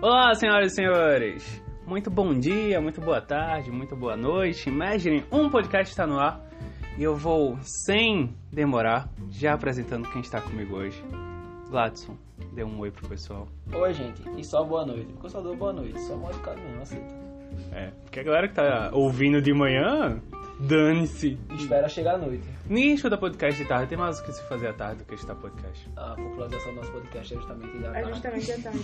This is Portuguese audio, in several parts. Olá, senhoras e senhores! Muito bom dia, muito boa tarde, muito boa noite. Imaginem, um podcast está no ar e eu vou, sem demorar, já apresentando quem está comigo hoje. Gladson, dê um oi pro pessoal. Oi, gente, e só boa noite. Porque eu só dou boa noite, só mal educado mesmo, aceita. É, porque a galera que tá ouvindo de manhã, dane-se. Espera chegar a noite. Ninguém escuta podcast de tarde, tem mais o que se fazer à tarde do que escutar podcast. A popularização do nosso podcast é justamente da É justamente a tarde.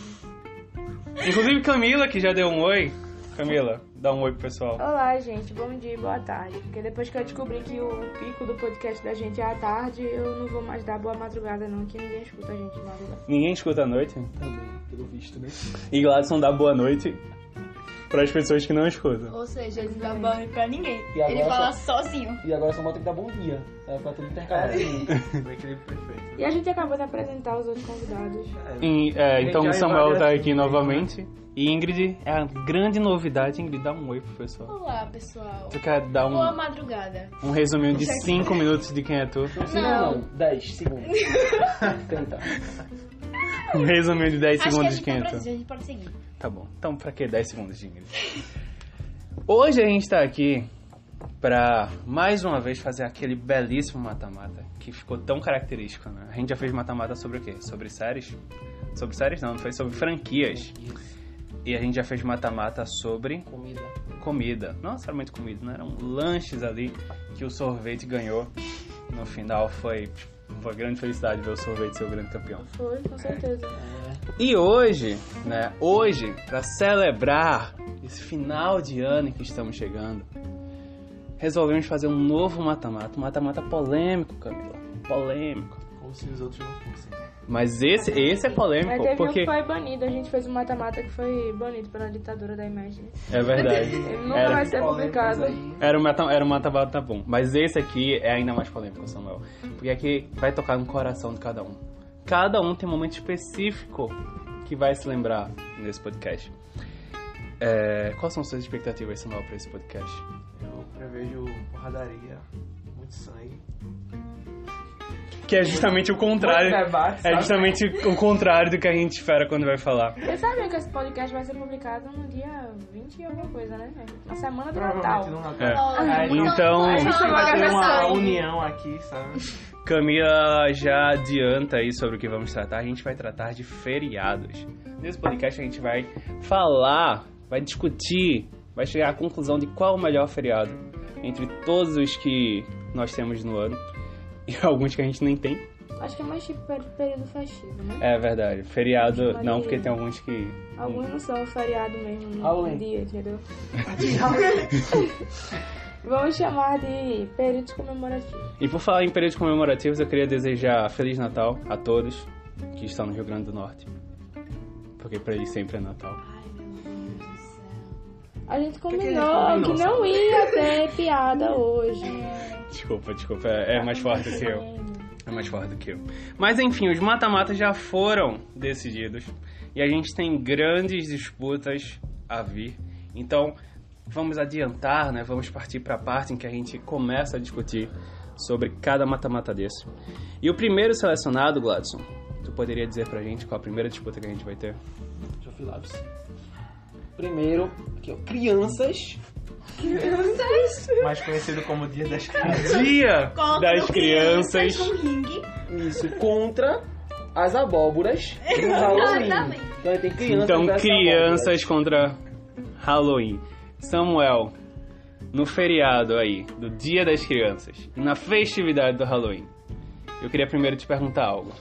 Inclusive Camila, que já deu um oi. Camila, dá um oi pro pessoal. Olá, gente. Bom dia e boa tarde. Porque depois que eu descobri que o pico do podcast da gente é à tarde, eu não vou mais dar boa madrugada, não, que ninguém escuta a gente de madrugada. Ninguém escuta à noite. também, pelo visto, né? E Gladson dá boa noite para as pessoas que não escutam. Ou seja, ele não dá banho pra ninguém. E agora Ele fala só- sozinho. E agora só mal tem que dar bom dia. Vai ficar tudo intercaladinho. O equilíbrio perfeito. E a gente acabou de apresentar os outros convidados. E, é, então o Já Samuel invade tá assim, aqui né? novamente. E Ingrid, é a grande novidade. Ingrid, dá um oi pro pessoal. Olá, pessoal. Tu quer dar Boa um, madrugada. um resuminho de 5 minutos de quem é tu? Cinco Não. não, 10 segundos. Tenta. Um resuminho de 10 Acho que a segundos de gente quem tá é pra tu. dizer, a gente pode seguir. Tá bom. Então, pra que 10 segundos de Ingrid? Hoje a gente tá aqui pra, mais uma vez, fazer aquele belíssimo mata-mata que ficou tão característico, né? A gente já fez mata-mata sobre o quê? Sobre séries? Sobre séries não, foi sobre franquias. E a gente já fez mata-mata sobre Comida. comida. Não necessariamente comida, né? Eram lanches ali que o sorvete ganhou. No final foi uma grande felicidade ver o sorvete ser o grande campeão. Foi, com certeza. né? E hoje, né? Hoje, para celebrar esse final de ano em que estamos chegando, resolvemos fazer um novo mata-mata, um mata-mata polêmico, Camila. Polêmico. Como se os outros não fossem. Mas esse, esse é Mas polêmico, teve um porque que foi banido. A gente fez um mata-mata que foi banido pela ditadura da imagem. é verdade. Ele nunca Era. vai ser publicado. Era um mata, era um mata tá bom. Mas esse aqui é ainda mais polêmico, Samuel. Porque aqui vai tocar no coração de cada um. Cada um tem um momento específico que vai se lembrar nesse podcast. É, quais são suas expectativas, Samuel, pra esse podcast? Eu prevejo porradaria, muito sangue. Que é justamente o contrário. debate, É justamente o contrário do que a gente espera quando vai falar. Vocês sabem que esse podcast vai ser publicado no dia 20 e alguma coisa, né? Na semana do Natal. Provavelmente não Natal. É. Ó, Ah, não- então- não- Aí você não- Vai vai ter ver uma sangue. união aqui, sabe? Camila já adianta aí sobre o que vamos tratar. A gente vai tratar de feriados. Nesse podcast a gente vai falar, vai discutir, vai chegar à conclusão de qual o melhor feriado entre todos os que nós temos no ano e alguns que a gente nem tem. Acho que é mais tipo peri- período festivo, né? É verdade. Feriado não, porque tem alguns que Alguns não são feriado mesmo no Halloween. dia, entendeu? Vamos chamar de períodos comemorativos. E por falar em períodos comemorativos, eu queria desejar Feliz Natal a todos que estão no Rio Grande do Norte. Porque pra eles sempre é Natal. Ai, meu Deus do céu. A gente combinou que, combinou, não ia ter piada hoje. Desculpa, desculpa. É, é mais forte que eu. É mais forte que eu. Mas enfim, os mata-matas já foram decididos. E a gente tem grandes disputas a vir. Então, vamos adiantar, né? Vamos partir para a parte em que a gente começa a discutir sobre cada mata-mata desse. E o primeiro selecionado, Gladson, tu poderia dizer pra gente qual a primeira disputa que a gente vai ter? Deixa eu filar isso. Primeiro, aqui ó, crianças. Mais conhecido como Dia das Crianças. Dia Contra das o Crianças. crianças no ringue. Isso, contra as abóboras do Halloween. Exatamente. Então aí tem crianças Então, versus crianças contra Halloween. Samuel, no feriado aí, do Dia das Crianças, e na festividade do Halloween, eu queria primeiro te perguntar algo.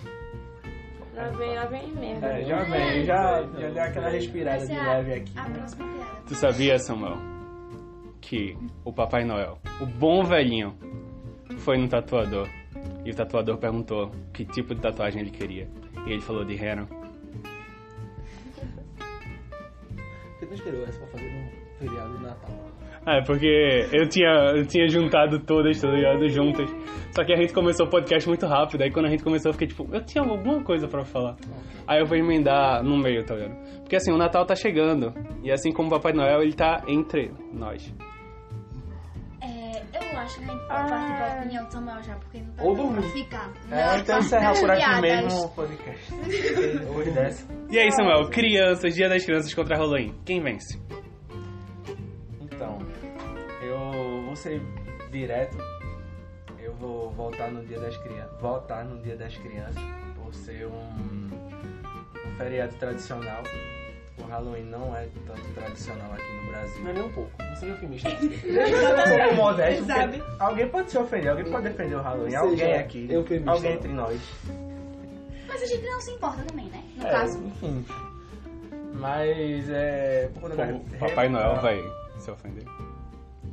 Lá vem, lá vem merda. É, já vem, já, já deu aquela respirada Essa de é leve aqui. A próxima piada. Tu sabia, Samuel, que o Papai Noel, o bom velhinho, foi no tatuador. E o tatuador perguntou que tipo de tatuagem ele queria. E ele falou de henna. Por que tu não esperou essa pra fazer no feriado de Natal? Ah, é porque eu tinha, eu tinha juntado todas, tá ligado? Juntas. Só que a gente começou o podcast muito rápido. Aí quando a gente começou, eu fiquei tipo, eu tinha alguma coisa pra falar. Aí eu vou emendar no meio, tá ligado? Porque assim, o Natal tá chegando. E assim como o Papai Noel, ele tá entre nós. É, eu acho que a gente Ah. vai partir pra opinião do Samuel já, porque não tá Ou dando pra dormir. ficar. É, Não, então tá- encerrar nas por aqui piadas. mesmo o podcast. Hoje dessa. E aí, Samuel, crianças, dia das crianças contra Halloween. Quem vence? Então, eu vou ser direto. Eu vou voltar no dia das crianças. Voltar no dia das crianças por ser um, um feriado tradicional. O Halloween não é tanto tradicional aqui no Brasil. Não é nem um pouco. Não seja otimista. Um pouco modesto, Sabe? porque Alguém pode se ofender, alguém pode defender o Halloween. Seja alguém aqui. eufemista, Alguém não. entre nós. Mas a gente não se importa também, né? No É, caso. enfim. Mas é. por conta Como da- Papai Noel vai se ofender.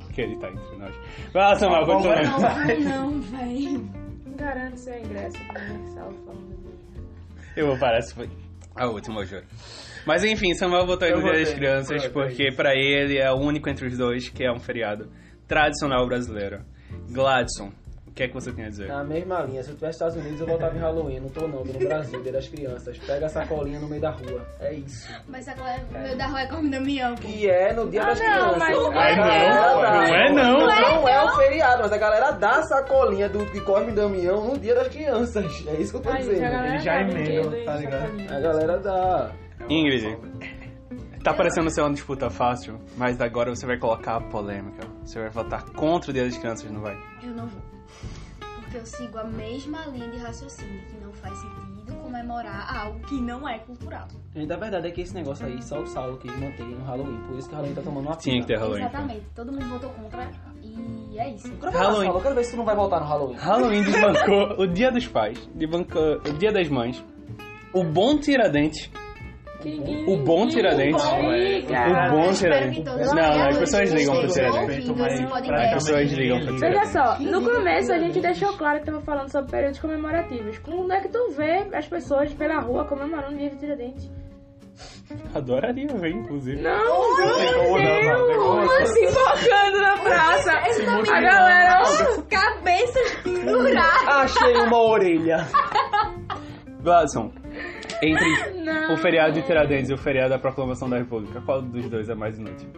Porque ele tá entre nós. Vai lá, Samuel, continua. Não, vai não, vai. Garanto seu ingresso né? pro Universal Family. Eu vou parar, se foi a última, Ah, eu juro. Mas enfim, Samuel votou aí Eu no Dia das votei. Crianças Eu votei. porque pra ele é o único entre os dois que é um feriado tradicional brasileiro. Gladson, o que é que você tem a dizer? Ah. Na mesma linha, se eu tivesse nos Estados Unidos, eu voltava em Halloween. Não tô não, tô no Brasil, dia das crianças. Pega a sacolinha no meio da rua. É isso. Mas agora o meu da rua é como o Damião, pô. Que é no dia Ah, das não, crianças. mas não é não, não é não. Não é um feriado, mas a galera dá a sacolinha do que Cosme e Damião no dia das crianças. É isso que eu tô Ai, gente, a dizendo. galera já dá emenda, brinquedo e tá ligado? sacolinha. A galera dá. É Ingrid, tá parecendo ser uma disputa fácil, mas agora você vai colocar a polêmica. Você vai votar contra o Dia das Crianças, não vai? Eu não vou. Porque eu sigo a mesma linha de raciocínio, que não faz sentido comemorar algo que não é cultural. Gente, a verdade é que esse negócio aí só o Saulo quis manter no Halloween. Por isso que o Halloween tá tomando uma Tinha que ter Halloween. cara. Exatamente. Todo mundo votou contra e é isso. Quero ver, Halloween. Halloween. Saulo, eu quero ver se tu não vai voltar no Halloween. Halloween desbancou o Dia dos Pais, desbancou o Dia das Mães, o Bom Tiradentes Que ninguém- O bom Tiradentes. né? Ninguém Não, O é. liga. bom Eu espero Tiradentes. que Não, todos não, as os pessoas ouvintes ligam pro estejam Tiradentes. ouvindo esse podcast. É, As pessoas ligam pro Olha Olha Tiradentes. só, no começo a gente deixou claro que tava falando sobre períodos comemorativos. Quando é que tu vê as pessoas pela rua comemorando o dia de Tiradentes? Adoraria ver, inclusive. Não, como não, não tem como não. Deus! Se assim? focando na praça. A galera... Cabeças penduradas. Achei uma orelha. Gladson, entre Não. o feriado de Tiradentes e o feriado da Proclamação da República, qual dos dois é mais inútil?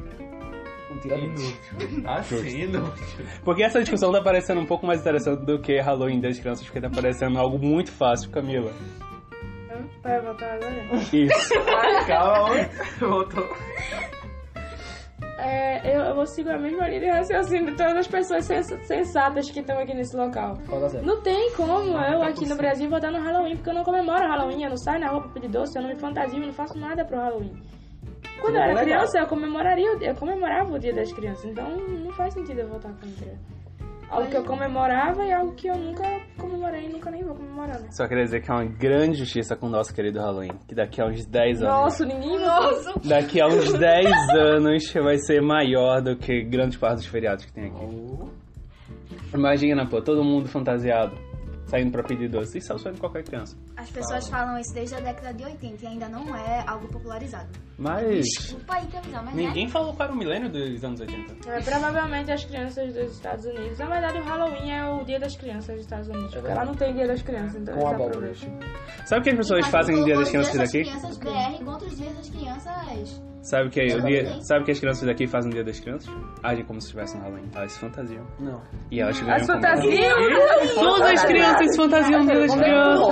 Um tiradentes. Inútil. Assim, inútil. Porque essa discussão tá parecendo um pouco mais interessante do que Halloween das crianças, porque tá parecendo algo muito fácil, Camila. Hã? Vai voltar agora? Isso. Calma, voltou. É, eu, eu vou seguir a mesma linha de raciocínio de todas as pessoas sens- sensatas que estão aqui nesse local. Qual dá certo? Não tá tem como eu aqui no Brasil votar no Halloween, porque eu não comemoro Halloween, eu não saio na rua pra pedir doce, eu não me fantasio, eu não faço nada pro Halloween. Quando eu Isso é era legal. criança, eu comemoraria, o- eu comemorava o dia das crianças, então não faz sentido eu votar contra. Algo que eu comemorava e algo que eu nunca comemorei e nunca nem vou comemorar, né? Só queria dizer que é uma grande justiça com o nosso querido Halloween, que daqui a uns 10 anos. Nossa, ninguém Nossa. Daqui a uns 10 anos vai ser maior do que grande parte dos feriados que tem aqui. Oh. Imagina, pô, todo mundo fantasiado, saindo pra pedir doce. Isso é o sonho de qualquer criança. As pessoas falam isso desde a década de 80 e ainda não é algo popularizado. Mas Desculpa aí, Camila, mas né? ninguém falou para o milênio dos anos 80. É, provavelmente as crianças dos Estados Unidos. Na verdade, o Halloween é o dia das crianças dos Estados Unidos. porque lá não tem dia das crianças, então Com eles abóboras. aproveitam. Sabe o que as pessoas fazem no dia das crianças daqui? As crianças BR contra os dias das crianças. Sabe o que, o dia, sabe o que as crianças daqui fazem no dia das crianças? Agem como se estivessem no Halloween. Elas se fantasiam. Não. E elas ganham As como- fantasias! Todas as crianças se fantasiam no dia das crianças, pô.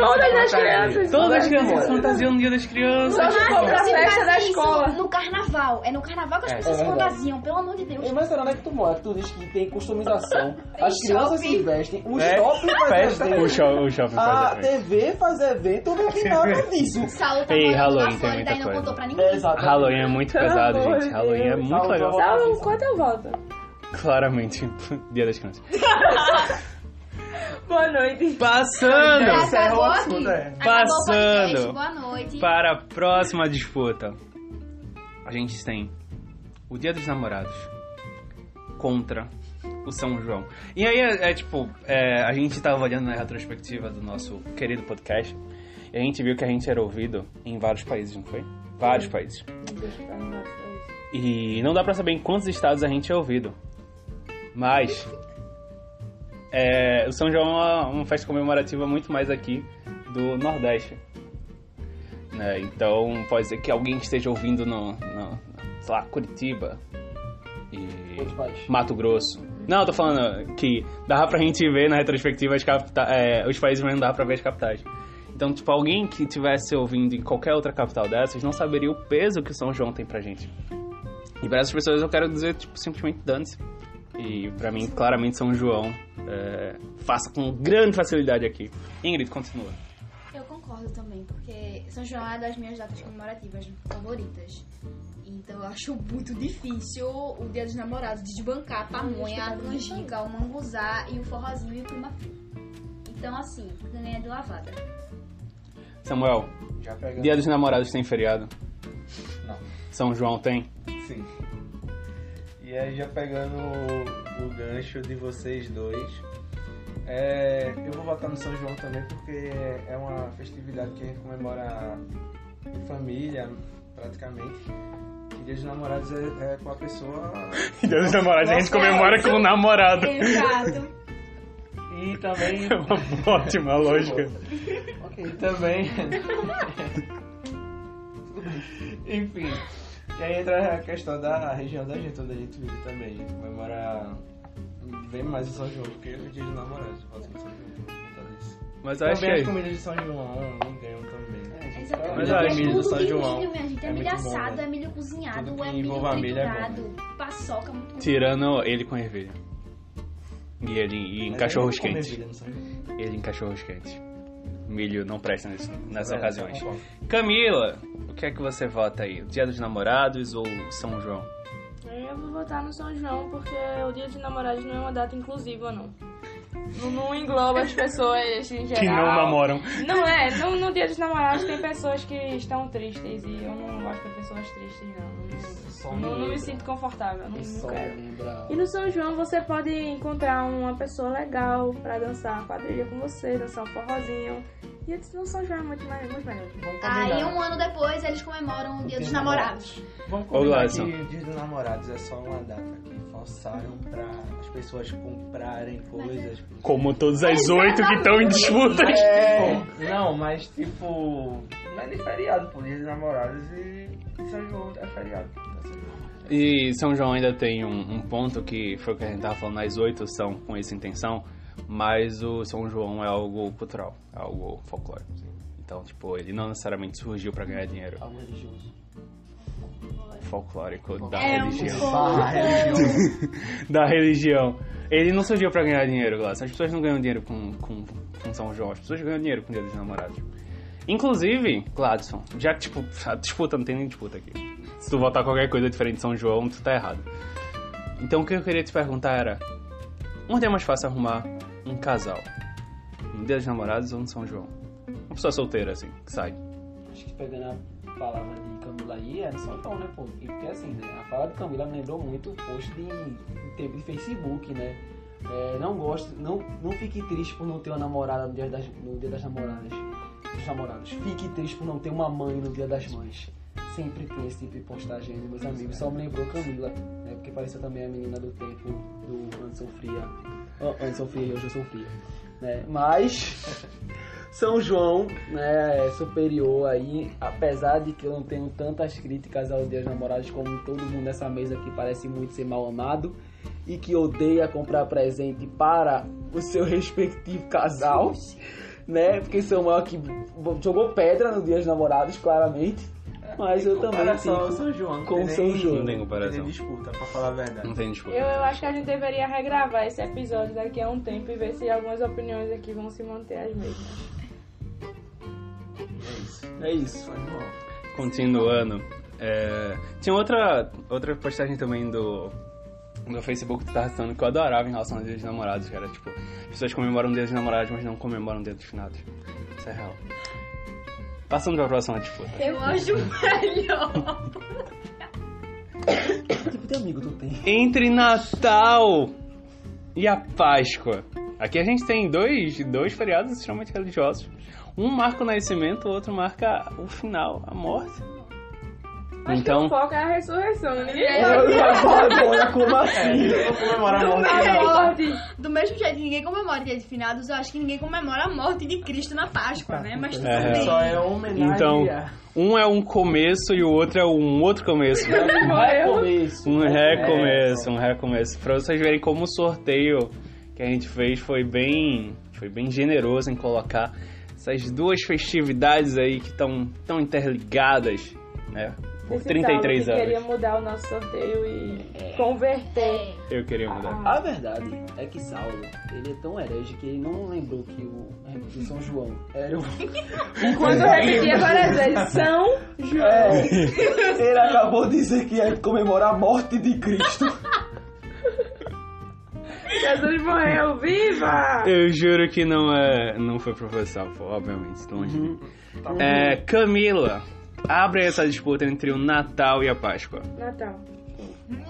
Todas Ah, as crianças! Hum, Todas as crianças se fantasiam no dia das Só crianças. se for pra Se festa faz da isso escola. No carnaval. É no carnaval que as É, pessoas é se verdade. fantasiam, pelo amor de Deus. E mas será onde é que tu mora? Que tu diz que tem customização. As shopping. crianças se vestem, o É, shopping faz Festa, o, evento. show, o shopping faz A evento. TV faz evento, não tem nada disso. Saulo tá Ei, morando Halloween, na tem Flórida muita e não coisa. contou pra ninguém. É, exato. Halloween é muito Pelo pesado, amor gente. de Halloween é Deus. muito Salve, legal. salve. Sabe Tá quanto eu voto? Claramente, Dia das Crianças. Boa noite. Passando Esse é o Acabou aqui. assunto, é. Acabou o podcast. Passando. Boa noite. para a próxima disputa. A gente tem o Dia dos Namorados contra o São João. E aí, é, é tipo, é, a gente tava olhando na retrospectiva do nosso querido podcast e a gente viu que a gente era ouvido em vários países, não foi? Vários países. E não dá pra saber em quantos estados a gente é ouvido. Mas. é, o São João é uma, uma festa comemorativa muito mais aqui do Nordeste. Né, Então pode ser que alguém esteja ouvindo no, no sei lá, Curitiba e Outro país. Mato Grosso. Não, eu tô falando que dava pra gente ver na retrospectiva as capita é, os países, mas não dava pra ver as capitais. Então, tipo, alguém que tivesse ouvindo em qualquer outra capital dessas não saberia o peso que o São João tem pra gente. E pra essas pessoas eu quero dizer, tipo, simplesmente dane-se. E pra mim, claramente, São João é, faça com grande facilidade aqui. Ingrid, continua. Eu concordo também, porque São João é uma das minhas datas comemorativas favoritas. Então eu acho muito difícil o Dia dos Namorados desbancar a pamonha, a canjica, o manguzá e o forrozinho e o clima frio. Então assim, ganha de lavada. Samuel, Já pegando. Dia dos Namorados tem feriado? Não. São João tem? Sim. E aí já pegando o, o gancho de vocês dois. é, eu vou votar no São João também porque é uma festividade que a gente comemora em família, praticamente. E Dia dos Namorados é, é com a pessoa. Dia dos Namorados a gente comemora com o namorado. Exato. E também. É uma ótima lógica. ok, também. Enfim. E aí entra a questão da região da gente, onde a gente vive também. A gente comemora bem mais o São João do que o dia de namorados. Eu faço o São João por conta disso. Mas eu Também achei. as comidas de São João não ganham também. Exatamente. Mas é olha, tudo milho do São de João. milho, minha gente. É, É milho muito bom, assado, né? é milho cozinhado, Tudo que é milho envolva milho é bom. triturado, paçoca, muito Tirando ele com ervilha. E ele e em Mas cachorros eu não como quentes. ervilha no São João. Ele em cachorros quentes. Milho não presta nesse- nessas É, ocasiões. eu concordo. Camila, o que é que você vota aí? Dia dos Namorados ou São João? Eu vou votar no São João porque o Dia dos Namorados não é uma data inclusiva, não. Não, não engloba as pessoas em geral. Não é, no, no dia dos namorados tem pessoas que estão tristes e eu não gosto de pessoas tristes, não. Só Eu Não, não lembra. me sinto confortável, não, não Só um quero. lembra. E no São João você pode encontrar uma pessoa legal pra dançar uma quadrilha com você, dançar um forrozinho. E antes no São João é muito, mais, muito melhor. Vamos combinar. Aí um ano depois eles comemoram o Dia dos Namorados. Vamos Ô, combinar Gladson. que Dia dos Namorados é só uma data que forçaram pra as pessoas comprarem coisas. Como todas as oito que estão em disputas. É. Tipo, não, mas tipo. Mas é feriado, pô. Dia dos Namorados e São João é feriado. É São João. E São João ainda tem um, um ponto que foi o que a gente tava falando, as oito são com essa intenção, mas o São João é algo cultural, é algo folclórico. Então, tipo, ele não necessariamente surgiu pra ganhar dinheiro. Algo É religioso. Folclórico da É um religião. Ah, pouco. Barra religioso. Da religião. Ele não surgiu pra ganhar dinheiro, Glass. As pessoas não ganham dinheiro com, com, com São João, as pessoas ganham dinheiro com Dia dos Namorados. Inclusive, Gladson, já que, tipo, a disputa, não tem nem disputa aqui. Se tu votar qualquer coisa diferente de São João, tu tá errado. Então, o que eu queria te perguntar era: onde é mais fácil arrumar um casal? No Dia dos Namorados ou no São João? Uma pessoa solteira, assim, que sai. Acho que pegando a palavra de Camila aí, é só então, né, pô? E porque assim, né, a fala de Camila me lembrou muito o post de, de, de Facebook, né? É, não gosto, não, não fique triste por não ter uma namorada no dia das, no dia das namoradas. Dos namorados. Fique triste por não ter uma mãe no dia das mães. Sempre tem esse tipo de postagem, né, meus amigos. Só me lembrou Camila, né? Porque pareceu também a menina do tempo do Anderson Fria. Oh, Anderson Fria e hoje eu sou Fria. Né? Mas. São João né, é superior aí, apesar de que eu não tenho tantas críticas ao Dia dos Namorados como todo mundo nessa mesa que parece muito ser mal amado e que odeia comprar presente para o seu respectivo casal, né? Porque Samuel que jogou pedra no Dia dos Namorados, claramente, mas eu também Comparação ao fico São João. com o São João. Não tem Não comparação. tem disputa, pra falar a verdade. Não tem disputa. Eu, eu acho que a gente deveria regravar esse episódio daqui a um tempo e ver se algumas opiniões aqui vão se manter as mesmas. É isso. É isso. São João. Continuando, é, tinha outra, outra postagem também do, do Facebook que tu tava citando que eu adorava em relação aos dias de namorados, que era tipo, as pessoas comemoram o dia de namorados, mas não comemoram o dia dos finados. Isso é real. Passando pra próxima tipo, disputa. Eu acho melhor. Que tipo de amigo tu tem? Entre Natal e a Páscoa. Aqui a gente tem dois, dois feriados extremamente religiosos. Um marca o nascimento, o outro marca o final, a morte. Acho Então- que o foco é a ressurreição, né? ninguém Agora, agora, Como assim? Eu vou comemorar a morte Não, É. dele. Do mesmo jeito que ninguém comemora o dia de finados, eu acho que ninguém comemora a morte de Cristo na Páscoa, né? Mas tudo É. bem. Só é uma homenagem. Então, a- um é um começo e o outro é um outro começo. Vai é começo. Um É. recomeço, um recomeço. Pra vocês verem como o sorteio que a gente fez foi bem, foi bem generoso em colocar essas duas festividades aí que estão tão interligadas, né? Por Disse 33 Saulo que queria anos. mudar o nosso sorteio e converter. Eu queria mudar. A verdade é que Saulo, ele é tão herege que ele não lembrou que o que São João era o... Enquanto eu repetia várias vezes, São João. É. Ele acabou de dizer que ia comemorar a morte de Cristo. Jesus morreu, viva! Eu juro que não é, não foi professor, pô, obviamente, Uhum. longe. de mim. Tá bom. É, Camila, abre essa disputa entre o Natal e a Páscoa. Natal.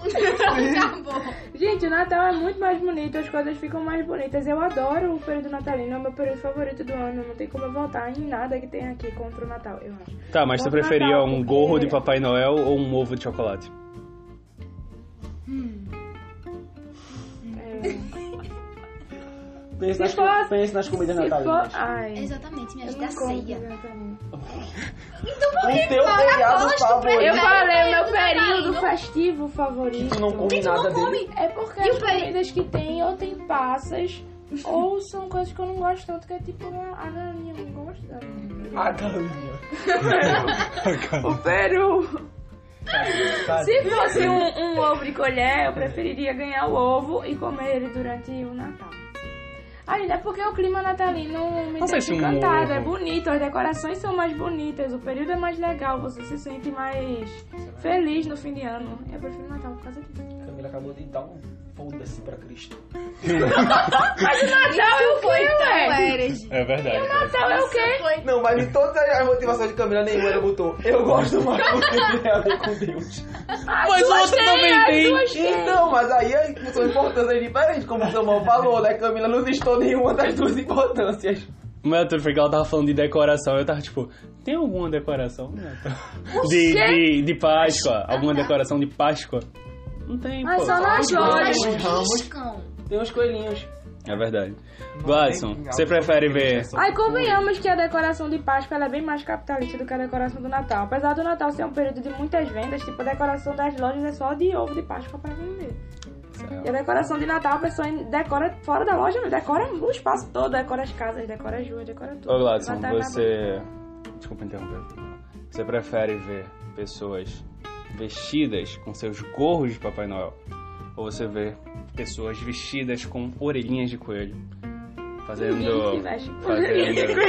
Acabou. Gente, o Natal é muito mais bonito, as coisas ficam mais bonitas. Eu adoro o período natalino, é o meu período favorito do ano. Não tem como eu voltar em nada que tem aqui contra o Natal, eu acho. Tá, mas você Bom, Natal, preferia um porque- gorro de Papai Noel ou um ovo de chocolate? É, Pense Se nas, for- pense nas comidas se for. natalinas. Ai. Exatamente, me Eu ajuda não a como É ceia. natalino. o teu feriado gosto, favorito. Eu Mas falei, é meu do período natalino. festivo Que favorito. tu não come Quem que nada não dele. come? É porque E o as peri- comidas que tem ou tem passas, ou são coisas que eu não gosto tanto, que é tipo uma a galinha, eu não gosto. A galinha. O peru! Tá, Se fosse um, um ovo de colher, eu preferiria ganhar o ovo e comer ele durante o Natal. Ainda é porque o clima natalino me Não sei se deixa um encantada, é ovo. bonito, as decorações são mais bonitas, o período é mais legal, você se sente mais feliz no fim de ano. Eu prefiro Natal por causa disso. Camila acabou de dar um foda-se pra Cristo. Natal é o Foi quê, tão ué? herege. É verdade. Natal é o quê? Foi Não, mas de todas as motivações de Camila, nenhuma ele botou. Eu gosto mais porque ele é tem a ver com Deus. As Mas duas outro têm, também as tem. duas têm. é. Então, mas aí as funções importantes é diferente, como o Samuel falou, né? Camila não listou nenhuma das duas importâncias. Meu Deus, é porque ela tava falando de decoração, eu tava tipo, tem alguma decoração? no Natal? De, de, de Páscoa? Alguma decoração de Páscoa? Não tem, Mas pô. só é? nas lojas. Ramos. Tem uns coelhinhos. É verdade. Gladson, tem você algo prefere que ver... seja Aí convenhamos que a decoração de Páscoa ela é bem mais capitalista do que a decoração do Natal. Apesar do Natal ser um período de muitas vendas, tipo, a decoração das lojas é só de ovo de Páscoa pra vender. E a decoração de Natal a pessoa decora fora da loja, decora o espaço todo, decora as casas, decora as ruas, decora tudo. Ô Gladson, Natal é na- você... Desculpa interromper. Você prefere ver pessoas vestidas com seus gorros de Papai Noel? Ou você vê pessoas vestidas com orelhinhas de coelho? Ninguém se Fazendo... veste por Fazendo...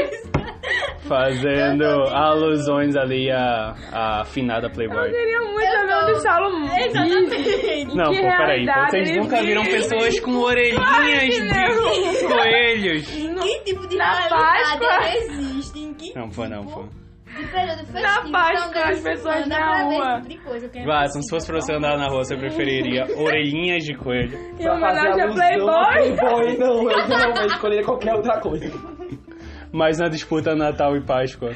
Fazendo alusões ali à, à afinada Playboy. Seria muito legal de Saulo Exatamente. Não, pô, peraí. Vocês nunca viram pessoas com orelhinhas de coelhos. Que tipo de Na realidade Páscoa. não existe? Em que tipo Não, pô, não, pô. de período festivo? Na Páscoa, então, as pessoas dá na pra rua. ver esse tipo de coisa, que é Vasson, se fosse pra você possível. andar na rua, você preferiria orelhinhas de coelho? Em homenagem a Playboy. Playboy, não, eu realmente escolheria qualquer outra coisa. Mas na disputa Natal e Páscoa.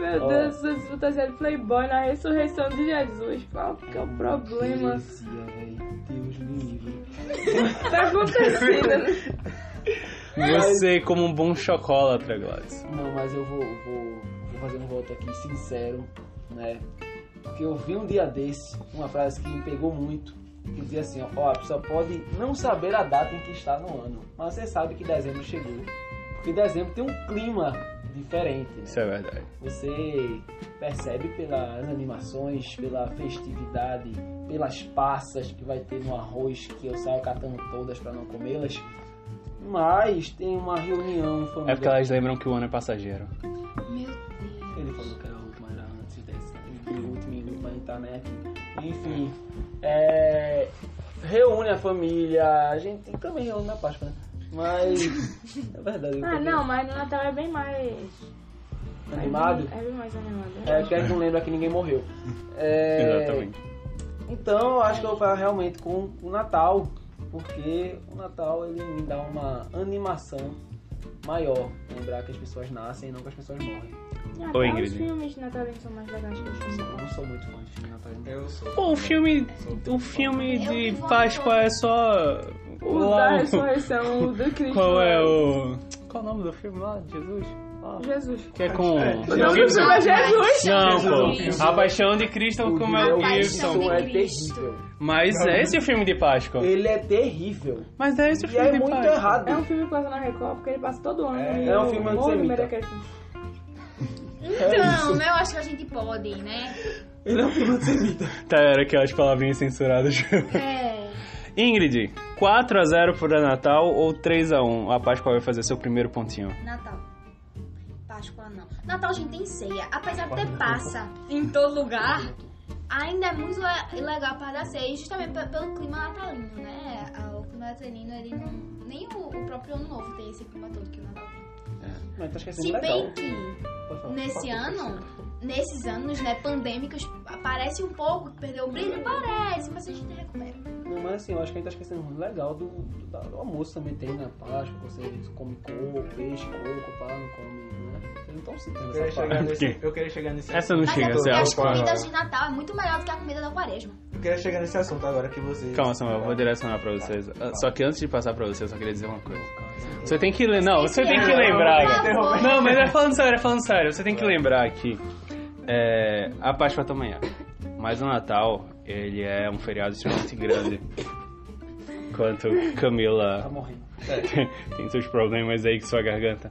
Meu Ó. Deus, essa disputa é de Playboy na ressurreição de Jesus. Qual que é o problema? Heresia, véi. Deus me livre. Tá acontecendo, né? Você como um bom chocólatra, Gladys. Não, mas eu vou, vou, vou fazer um voto aqui sincero, né? Porque eu vi um dia desse uma frase que me pegou muito. Que dizia assim, ó, ó, a pessoa pode não saber a data em que está no ano, mas você sabe que dezembro chegou. Porque dezembro tem um clima diferente, né? Isso é verdade. Você percebe pelas animações, pela festividade, pelas passas que vai ter no arroz, que eu saio catando todas para não comê-las. Mas tem uma reunião É familiar. porque elas lembram que o ano é passageiro. Meu Deus. Ele falou que era a última, era antes dessa. E o último e o último, a gente tá, né? aqui. Enfim, é... reúne a família. A gente também reúne na Páscoa, né? Mas é verdade. eu Ah, também. não, mas no Natal é bem mais. Animado? É bem mais animado. É, quem é que não lembra que ninguém morreu. É... Exatamente. Então, eu acho que eu vou parar realmente com o Natal, porque o Natal ele me dá uma animação maior. Lembrar que as pessoas nascem e não que as pessoas morrem. Ah, Oi, tá, Ingrid. Os filmes natalinos são mais legais que os Eu filmes. sou- eu não sou muito fã de filme natalino. Eu sou. Pô, o filme, Então, o filme Eu de vi Volta. Páscoa é só. O lá da o- ressurreição do Cristo. Qual é o. Qual é o nome do filme lá? de Jesus? Lá. Jesus. Que é com. O nome do filme é Jesus. Não, Jesus. pô. A Paixão de Cristo O com o Mel Mel Paixão Gibson. de é Cristo. terrível. Mas é esse o filme de Páscoa. Ele é terrível. Mas é esse o E filme é de muito Páscoa. errado. É um filme que passa na Record, porque ele passa todo ano. É, E é um eu filme morro de antissemita. medo daquele Então, eu acho que a gente pode, né? Ele é um filme antissemita. Tá, era aquelas palavrinhas censuradas. É. Ingrid, 4x0 pro Natal ou 3x1? A, Páscoa vai fazer seu primeiro pontinho. Natal. Páscoa não. Natal a gente tem ceia. Apesar de ter passa em todo lugar, ainda é muito le- legal para dar ceia, justamente pe- pelo clima natalino, né? Ah, O clima natalino, ele não. Nem o, o próprio ano novo tem esse clima todo que o Natal tem. Mas tá esquecendo é Se legal. bem que Pode falar. nesse Pode ano, nesses anos, né, pandêmicos, parece um pouco que perdeu o brilho, parece, mas a gente recupera. Não, mas assim, eu acho que a gente tá esquecendo muito legal do, do, da- do almoço também tem na Páscoa, que você come coco, peixe, coco, pá, não come, né? Vocês não estão Eu citando queria essa chegar parte. nesse. Eu queria chegar nesse Essa não Mas chega, é você porque as Páscoa. comidas de Natal é muito melhor do que a comida da quaresma. Eu queria chegar nesse assunto agora que vocês. Calma, Samuel, eu vou direcionar pra vocês. Ah, Só que antes de passar pra você, eu só queria dizer uma coisa. Você tem que. le- Não, você tem que Não, lembrar. por cara. favor. Não, mas é falando sério, é falando sério. Você tem que lembrar que é, a Páscoa tá amanhã. Mas o Natal, ele é um feriado extremamente grande. Quanto Camila Tá morrendo. tem seus problemas aí com sua garganta.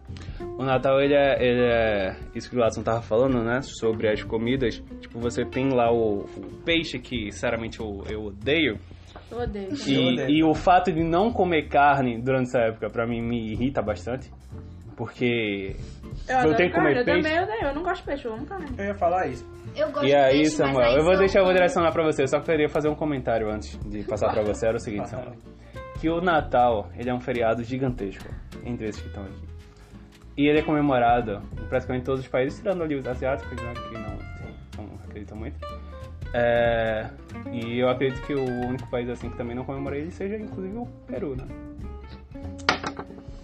O Natal, ele é, ele é- Isso que o Latson tava falando, né? Sobre as comidas. Tipo, você tem lá o, o peixe, que sinceramente eu, eu odeio. Eu odeio. Eu E, odeio. e o fato de não comer carne durante essa época, pra mim, me irrita bastante. Porque Eu não adoro tem que carne, comer Eu peixe. também odeio. Eu não gosto de peixe, eu amo carne. Eu ia falar isso. Eu gosto E aí, de peixe, mas Samuel, aí eu vou são- deixar, eu vou direcionar pra você. Eu só queria fazer um comentário antes de passar pra você. Era o seguinte, Samuel. Que o Natal, ele é um feriado gigantesco entre esses que estão aqui. E ele é comemorado em praticamente todos os países, tirando ali os asiáticos, né, que não, não acreditam muito. É, e eu acredito que o único país assim que também não comemora ele seja, inclusive, o Peru, né?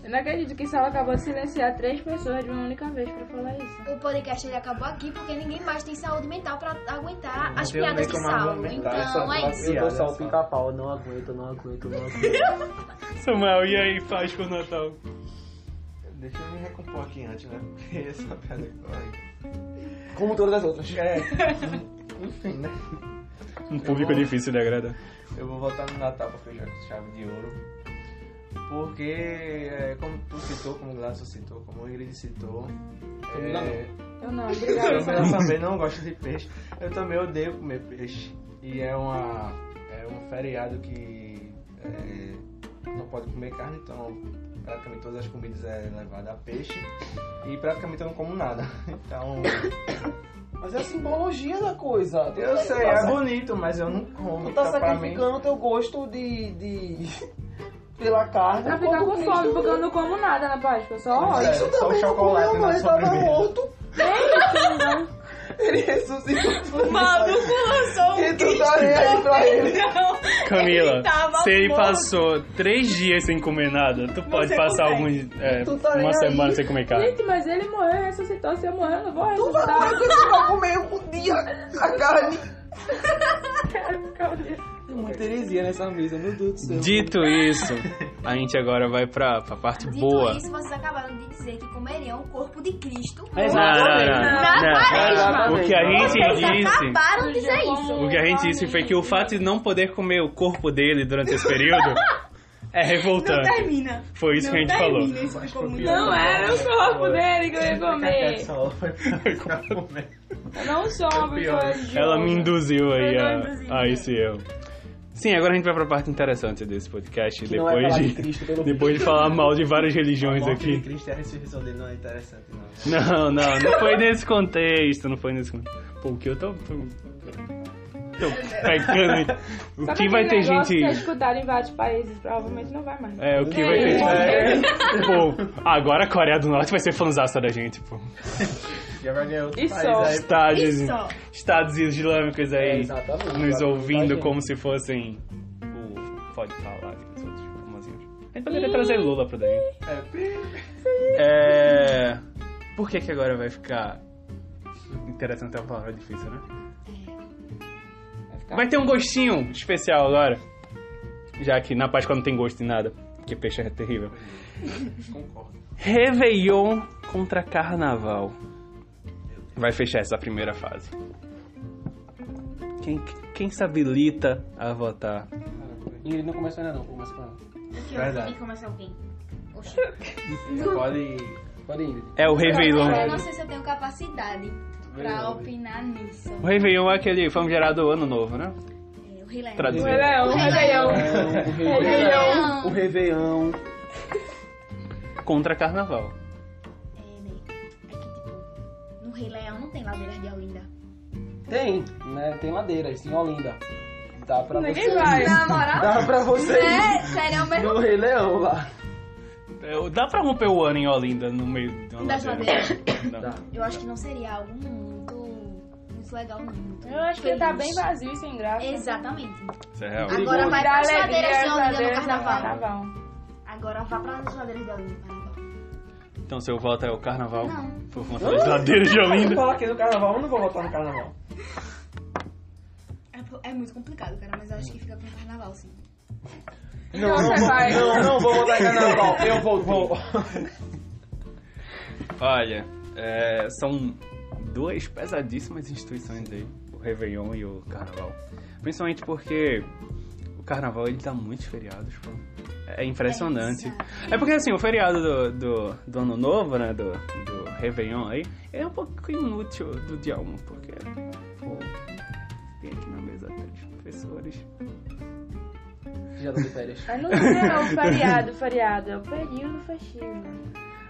Eu não acredito que Sala acabou de silenciar três pessoas de uma única vez pra falar isso. O podcast ele acabou aqui porque ninguém mais tem saúde mental pra aguentar as tenho piadas nem de como Saulo. argumentar essa Então é piada. isso. Tá, Eu dou só Olha o só. pica-pau, não aguento, não aguento, não aguento. Samuel, e aí, faz com o Natal? Deixa eu me recompor aqui antes, né? Porque essa piada que eu falei. Como todas as outras. É. Enfim, né? Um público difícil de agradar. Eu vou voltar no Natal pra fechar com chave de ouro. Porque, é, como tu citou, como o Gladson citou, como o Ingrid citou, Camila é, Eu não, eu obrigada. Sala. também não gosto de peixe. Eu também odeio comer peixe. E é, uma, é um feriado que é, não pode comer carne, então praticamente todas as comidas é levada a peixe. E praticamente eu não como nada. Então, Mas é a simbologia da coisa. Tu eu tá- sei, tá é sa- bonito, mas eu não como. Tu tá Então, pra mim- sacrificando teu gosto de... de... pela carne. Pra ficar com fome, porque eu não como nada na Páscoa, só É, olho. só Também o não chocolate comeu, na mas tava sobremesa. morto. Ele ressuscitou. O maluco lançou E tu tá nem aí pra ele. Camila, Ele tava se ele morto. passou três dias sem comer nada, tu pode passar consegue. alguns. é, Tu tá uma nem semana aí. sem comer carne. Gente, mas ele morreu, ressuscitou. Se eu morrer, eu não vou Tu vai ressuscitar. comer, você vai comer um dia a carne. Quero ficar o dia- Tem muita heresia nessa mesa, meu Deus do céu. Dito isso, a gente agora vai pra, pra parte Dito boa. isso, vocês acabaram de dizer que comeriam o corpo de Cristo. Não, não, não, Na quaresma. não. O que a gente Vocês disse. acabaram de dizer Eu isso. como O que a gente disse foi que o fato é de não poder comer o corpo dele durante esse período é revoltante. termina. Foi isso que a gente falou. Não era o corpo dele que eu ia Café é de comer. sol, foi pra é comer. Não só uma pior. pessoa de Ela me ouro. induziu aí Eu a, não induzi, a né? esse erro. Sim, agora a gente vai pra parte interessante desse podcast. Que não é Depois, falar de, de Cristo, pelo menos. depois de falar mal de várias A religiões morte aqui. de Cristo e a ressurreição dele não é interessante, não. Não, não, não foi nesse contexto, não foi nesse contexto. Pô, o que eu tô. tô, tô pecando. aí. O Sabe que vai ter aquele negócio gente. Que é escutado em vários países, provavelmente não vai mais. É, o que vai ter gente. Pô, agora a Coreia do Norte vai ser fanzaça da gente, pô. Já vai ganhar outro E país só. aí. Estados, Isso. Estados Islâmicos É, aí exatamente. nos Vai- ouvindo vai- tipo como se fossem. O. Pode falar, os outros famosinhos. gente poderia trazer Lula pro daí. É. Por que que agora vai ficar. Interessante é uma palavra difícil, né? Tá. Vai ter um gostinho especial agora. Já que na Páscoa não tem gosto em nada. Porque peixe é terrível. Concordo. Réveillon contra Carnaval. Vai fechar essa primeira fase. Quem, quem se habilita a votar? Ingrid não começou ainda não, começa com ela. Enfim, Verdade. tem que começar alguém. Oxi. Pode. Pode, Ingrid. É o Eu Réveillon. não sei se eu tenho capacidade pra opinar nisso. O Réveillon é aquele famigerado ano novo, né? É, o Rei É, Leão. Traduzindo. Rei Leão, Rei Leão. Um o Réveillon. O Réveillon. Contra Carnaval. É, né? É que, tipo, no Rei Leão não tem ladeira de Olinda. Tem, né? Tem ladeiras, tem Olinda. Dá pra Ninguém você. vai. Na moral, Dá pra você ir é, sério, é o mesmo no Rei Leão lá. É, Dá pra romper o ano em Olinda no meio de uma Das ladeira? Não. Dá. Eu acho que não seria algo muito, muito legal, não. Muito Eu acho que ele tá feliz. bem vazio e sem graça. Exatamente. Isso é real. Agora vai Dá pras alegria, ladeiras de Olinda no ladeiras carnaval. Agora vá pras ladeiras de Olinda no carnaval. Então seu voto é o Carnaval? Não. Por conta das ladeiras de Olinda? Se falar que é do carnaval, eu não vou votar no carnaval. É po- É, muito complicado, cara, mas eu acho que fica com o carnaval, sim. Não, você vai. Não, não vou votar em carnaval. Eu vou. vou. Olha, é, são duas pesadíssimas instituições aí, o Réveillon e o Carnaval. Principalmente porque o Carnaval ele dá muitos feriados, pô. É impressionante. Exato. É porque assim, o feriado do, do, do Ano Novo, né, do, do Réveillon aí, ele é um pouco inútil do dia 1, porque pô, tem aqui na mesa três professores. Já tô de férias. Mas não sei não, feriado, feriado. É o período festivo.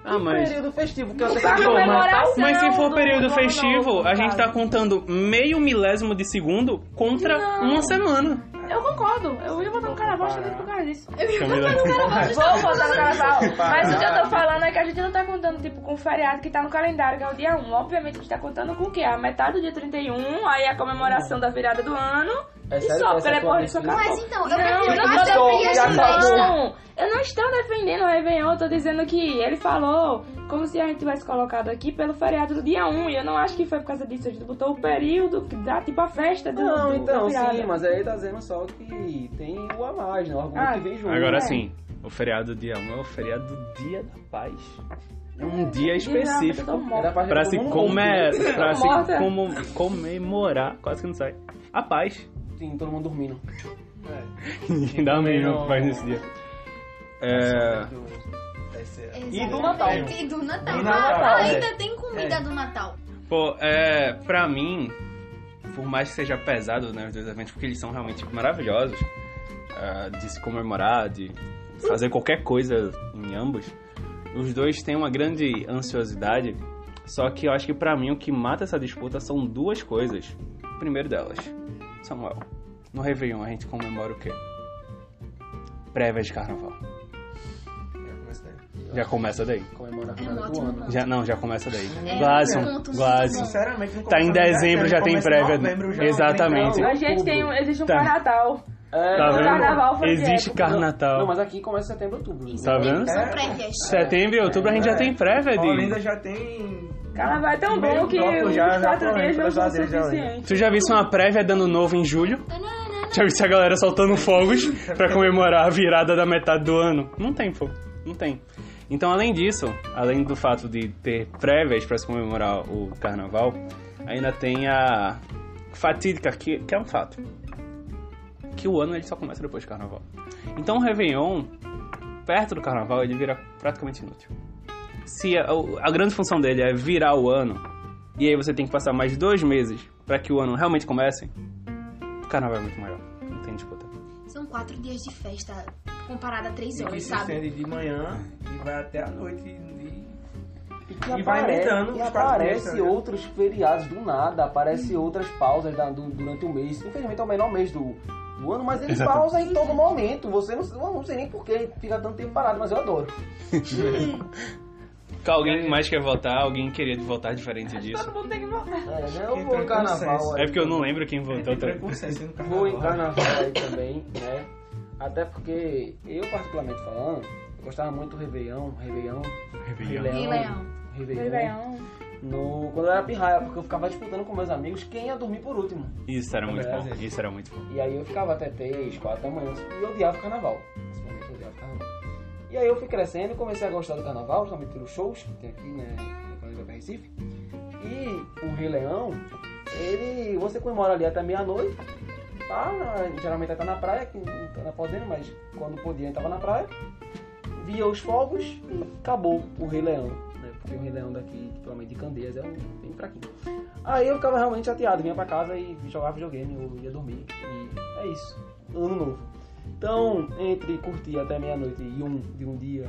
Ah, mas... Período festivo, que eu Tá tenho comemoração Mas se for do- período do festivo, ano novo, a gente cara. tá contando meio milésimo de segundo contra Não. uma semana. Eu concordo. Eu ia um votar no carnaval justamente por causa disso. Camila. um Vou votar no carnaval. Para. Mas o que eu tô falando é que a gente não tá contando, tipo, com o feriado que tá no calendário, que é o dia 1. Obviamente a gente tá contando com o quê? A metade do dia 31, aí a comemoração da virada do ano. É e sério só, que essa porque é a tua depois disso decisão? acabou. Mas então, eu Não, prefiro não mais tô, férias já de acabou. festa. Não, eu não estou defendendo o Réveillon, eu tô dizendo que ele falou como se a gente tivesse colocado aqui pelo feriado do dia 1, e eu não acho que foi por causa disso, a gente botou o período que dá tipo a festa do Não, do- então, da virada. sim, mas aí tá dizendo só que tem o a mais, né? O argumento Ah, que vem junto. Agora É. sim, o feriado dia 1 é o feriado do Dia da Paz. É um dia Diz, não, eu tô específico É da morta. parte pra que se, todo mundo come... dormiu. pra se Morta. como- comemorar, quase que não sai, a paz. Sim, todo mundo dormindo. Ninguém dá um a mínima Não. paz nesse dia. É... Exatamente. E do Natal. E do Natal. Do Natal, Ah, é. ainda tem comida do Natal. Pô, é, pra mim, por mais que seja pesado, né, os dois eventos, porque eles são realmente maravilhosos, ah, de se comemorar, de fazer qualquer coisa em ambos, os dois têm uma grande ansiosidade, só que eu acho que pra mim o que mata essa disputa são duas coisas. Primeiro delas, Samuel, no Réveillon a gente comemora o quê? Prévia de carnaval. Já começa daí. Comemora a É um virada do ótimo ano. plano. Já, não, já começa daí. É, um Glasson, ponto muito Glasson. bom. Sinceramente, não Tá em começa dezembro, já tem começa em prévia. novembro já. Exatamente. Não, A gente tem um, existe um Tá. pré-natal. É, Tá O vendo? carnaval foi Existe direto. Carnatal. Não, mas aqui começa setembro, outubro. Isso Tá tem- vendo? São É. prévias. Setembro e outubro a É. gente já tem prévia Olinda de. já tem. Carnaval é tão Primeiro bom que bloco os já, já quatro falei, dias não pelas são ladeiras já, suficientes. Tu já visse uma prévia dando novo em julho? Já visse a galera soltando fogos pra comemorar a virada da metade do ano? Não tem, pô. Não tem. Então, além disso, além do fato de ter prévias pra se comemorar o carnaval, ainda tem a fatídica, que, que é um fato. Que o ano ele só começa depois do carnaval. Então, o Réveillon, perto do carnaval, ele vira praticamente inútil. Se a, o- a grande função dele é virar o ano, e aí você tem que passar mais dois meses pra que o ano realmente comece, o carnaval é muito maior. Não tem disputa. São quatro dias de festa comparada a três E que horas, se sabe? estende de manhã e vai até a noite. e- E, E vai aparece- aumentando E os quatro meses, aparece né? outros feriados do nada, aparece outras pausas da- du- durante o mês. Infelizmente é o menor mês do, do ano, mas ele pausa em todo momento. Você não, eu não sei nem por que fica tanto tempo parado, mas eu adoro. É, Alguém mais quer votar? Alguém queria votar diferente disso? Todo mundo tem que votar. É, né? Eu Entra vou em em carnaval. consenso. aí. É porque eu não lembro quem votou. Entra Tá? com 60 no Vou em carnaval. carnaval aí também, né? Até porque eu, particularmente falando, eu gostava muito do Réveillon, Réveillon, Réveillon. E Leão. Réveillon, No, quando eu era pirraia, porque eu ficava disputando com meus amigos quem ia dormir por último. Isso era muito Às bom. vezes. Isso era muito bom. E aí eu ficava até 3, 4 da manhã e eu odiava o carnaval. Principalmente eu odiava o carnaval. E aí eu fui crescendo e comecei a gostar do carnaval, principalmente pelos shows que tem aqui, né? Quando eu vou pra Recife. E o Rei Leão, ele. você comemora ali até meia-noite. Tá na- geralmente tá na praia, que não tá podendo, mas quando podia tava na praia. Via os fogos e acabou o Rei Leão. né? Porque o Rei Leão daqui, principalmente de Candeias, é um bem fraquinho. Aí eu ficava realmente chateado, vinha pra casa e jogava videogame, eu ia dormir. E é isso. Ano novo. Então, entre curtir até meia-noite e um de um dia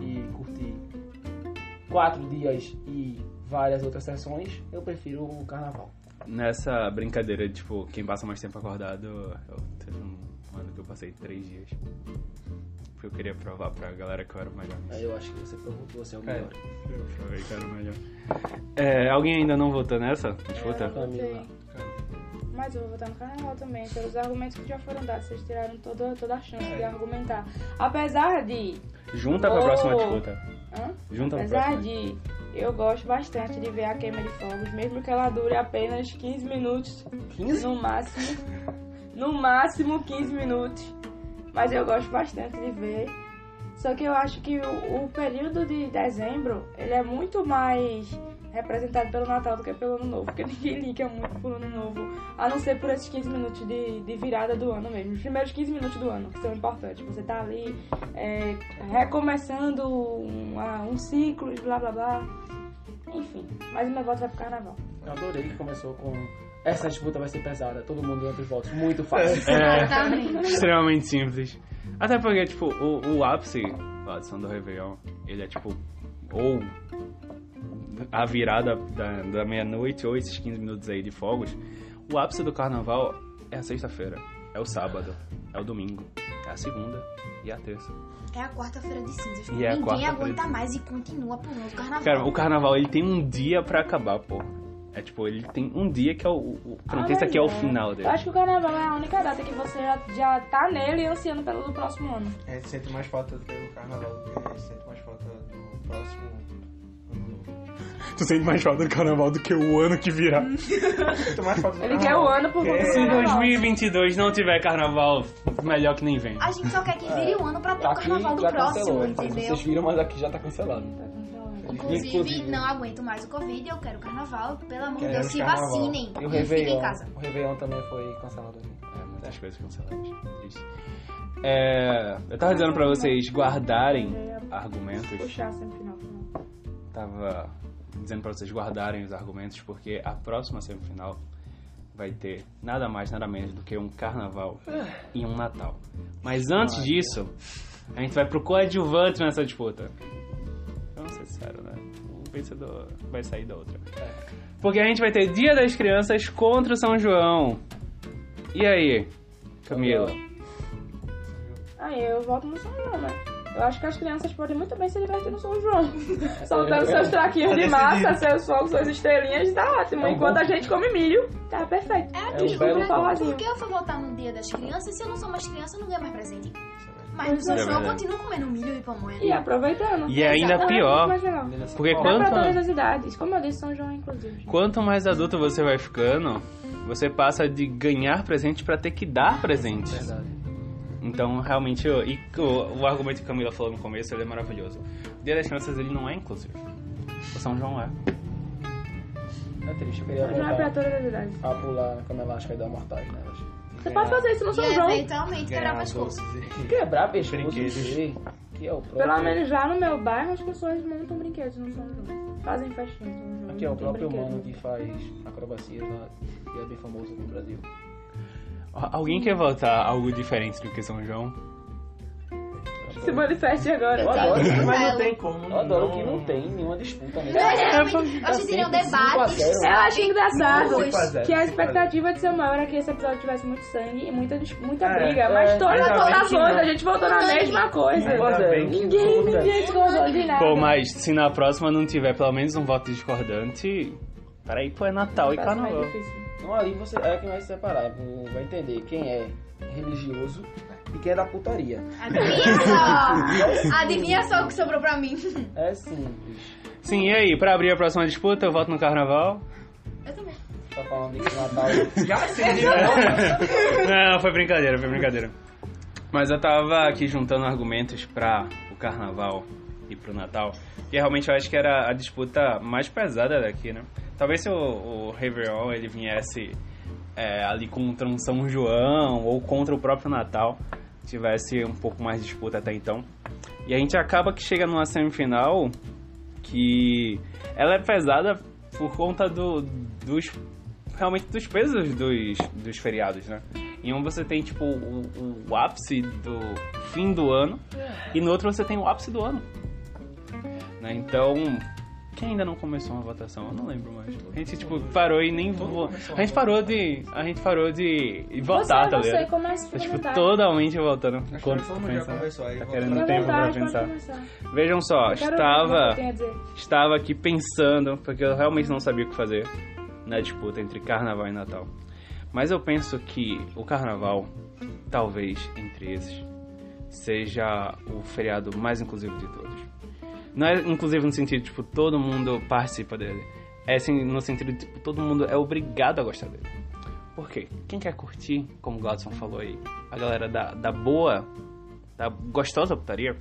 e curtir quatro dias e várias outras sessões, eu prefiro o carnaval. Nessa brincadeira, tipo, quem passa mais tempo acordado, eu teve um ano que eu passei três dias. Porque eu queria provar pra galera que eu era o melhor. Aí eu acho que você provou que você é o É. melhor. Eu provei que eu era o melhor. É, alguém ainda não votou nessa? Disputa? Eu votei. Mas eu vou votar no carnaval também, pelos argumentos que já foram dados. Vocês tiraram toda, toda a chance de argumentar. Apesar de. Junta pra Vou. próxima disputa. Hã? Junta pra Apesar próxima. de. Eu gosto bastante de ver a queima de fogos, mesmo que ela dure apenas 15 minutos. 15? No máximo. No máximo 15 minutos. Mas eu gosto bastante de ver. Só que eu acho que o, o período de dezembro, ele é muito mais representado pelo Natal do que pelo Ano Novo. Porque ninguém liga muito pro Ano Novo. A não ser por esses 15 minutos de, de virada do ano mesmo. Os primeiros 15 minutos do ano, que são importantes. Você tá ali é, recomeçando um, ah, um ciclo, e blá blá blá. Enfim, mas o meu voto vai pro carnaval. Eu adorei que começou com. Essa disputa vai ser pesada, todo mundo entre os votos, muito É. fácil. É. Exatamente. Extremamente simples. Até porque, tipo, o, o ápice da adição do Réveillon, ele é tipo, ou a virada da, da meia-noite, ou esses 15 minutos aí de fogos. O ápice do carnaval é a sexta-feira, é o sábado, é o domingo, é a segunda e a terça. É a quarta-feira de cinzas. E é a Ninguém quarta-feira aguenta de- mais e continua pulando o carnaval. Cara, o carnaval ele tem um dia pra acabar, pô. É tipo, ele tem um dia que é o. o pra não pensar que é o Olha, final dele. Ah, Eu acho que o carnaval é a única data que você já, já tá nele e ansiando pelo do próximo ano. É, sente mais falta do carnaval do que sente mais falta do próximo ano novo. Tu sente mais falta do carnaval do que o ano que virá. Sinto mais falta do Ah, Ele quer o ano por conta do Se em carnaval. 2022 não tiver carnaval, melhor que nem vem. A gente só quer que vire o ano pra ter Tá o aqui, carnaval do já próximo, cancelou. um entendeu? Vocês viram, mas aqui já tá cancelado. Inclusive, Inclusive. não aguento mais o Covid, eu quero carnaval. Pelo amor de Deus, Queremos se carnaval. vacinem E o e fiquem em Réveillon, casa. o Réveillon também foi cancelado aqui. É, muitas coisas canceladas. Triste. É, eu tava dizendo pra vocês guardarem argumentos. Puxar semifinal. final. Tava dizendo pra vocês guardarem os argumentos, porque a próxima semifinal vai ter nada mais, nada menos do que um carnaval e um Natal. Mas antes disso, a gente vai pro coadjuvante nessa disputa. Vamos ser sinceros, né? O vencedor vai sair da outra. Porque a gente vai ter Dia das Crianças contra o São João. E aí, Camila? Aí eu volto no São João, né? Eu acho que as crianças podem muito bem se divertir no São João. Soltando seus traquinhos de massa, seus fogos, suas estrelinhas, tá ótimo. tá É um Enquanto bom- a gente come milho, tá perfeito. É um aquilo, belo né? forrozinho. Por que eu fui votar no dia das crianças se eu não sou mais criança, eu não ganho mais presente? Mas no São É João eu verdade. continuo comendo milho e pamonha. né? E aproveitando. E é ainda Não, é muito pior, mais legal. né? Dá porque pra todas quanto, as tá. idades. Como eu disse, São João, é inclusive. quanto mais adulto você vai ficando, você passa de ganhar presente pra ter que dar presente. Verdade. Então, realmente, o- e o, o argumento que a Camila falou no começo, ele é maravilhoso. O Dia das Crianças, ele não é inclusivo. O São João é. É triste, eu queria São João é pra voltar todas as idades. a pular na cama elástica e dar mortais nelas. Você pode fazer isso no E é São João. eventualmente quebrar um pescoço. Quebrar pescoço, Brinquedos. dizer que é o próprio... Pelo menos lá no meu bairro as pessoas montam brinquedos no São João. Fazem festinhas no São João. Que é o Tem próprio brinquedo. humano que faz acrobacias lá, que é bem famoso aqui no Brasil. Al- Alguém quer votar algo diferente do que São João? Se manifeste agora. Eu tá? adoro. Mas não Marcelo. tem como. Eu adoro que não tem nenhuma disputa né? mesmo. Eu acho que- eu acho que seriam Tá sempre cinco a debates. zero. Eu acho engraçado Cinco a zero, que é, é a cinco a zero. expectativa de ser maior era que esse episódio tivesse muito sangue e muita, dis- muita É, briga. é, Mas todas ainda toda bem a que né? coisa, não. a gente voltou na mesma coisa. É, Ainda zero. bem que Ninguém, não tem. ninguém discordou de nada. Pô, mas se na próxima não tiver pelo menos um voto discordante. Peraí, pô, é Natal e Parece mais carnaval. difícil. Então ali você é quem vai se separar, vai entender quem é religioso e que é da putaria. Adivinha só! Adivinha só o que sobrou pra mim. É simples. Sim, e aí, pra abrir a próxima disputa, eu voto no carnaval. Eu também. Tá falando de que Natal. Já sei, né? Não, foi brincadeira, foi brincadeira. Mas eu tava aqui juntando argumentos pra o carnaval e pro Natal. E realmente eu acho que era a disputa mais pesada daqui, né? Talvez se o, o Réveillon ele viesse é, ali contra um São João ou contra o próprio Natal, tivesse um pouco mais de disputa até então. E a gente acaba que chega numa semifinal que ela é pesada por conta do, dos realmente dos pesos dos, dos feriados, né? Em um você tem tipo o, o- o ápice do fim do ano e no outro você tem o ápice do ano. Né? Então, quem ainda não começou uma votação? Eu não lembro mais. A gente tipo parou e nem vo... a gente parou de a gente parou de votar, você, tá você é ligado? começa Tá, a tipo, experimentar. totalmente voltando. Quando Vamos já pensar. conversou aí. Tá voltando. querendo- não tem pra Pode pensar. começar. Eu Vejam só, quero ouvir o que estava tem a dizer. estava aqui pensando, porque eu realmente não sabia o que fazer na disputa entre carnaval e Natal. Mas eu penso que o carnaval, talvez entre esses, seja o feriado mais inclusivo de todos. Não é inclusive no sentido, tipo, todo mundo participa dele. É assim, no sentido, de, tipo, todo mundo é obrigado a gostar dele. Por quê? Quem quer curtir, como o Gladson falou aí, a galera da, da boa, da gostosa putaria,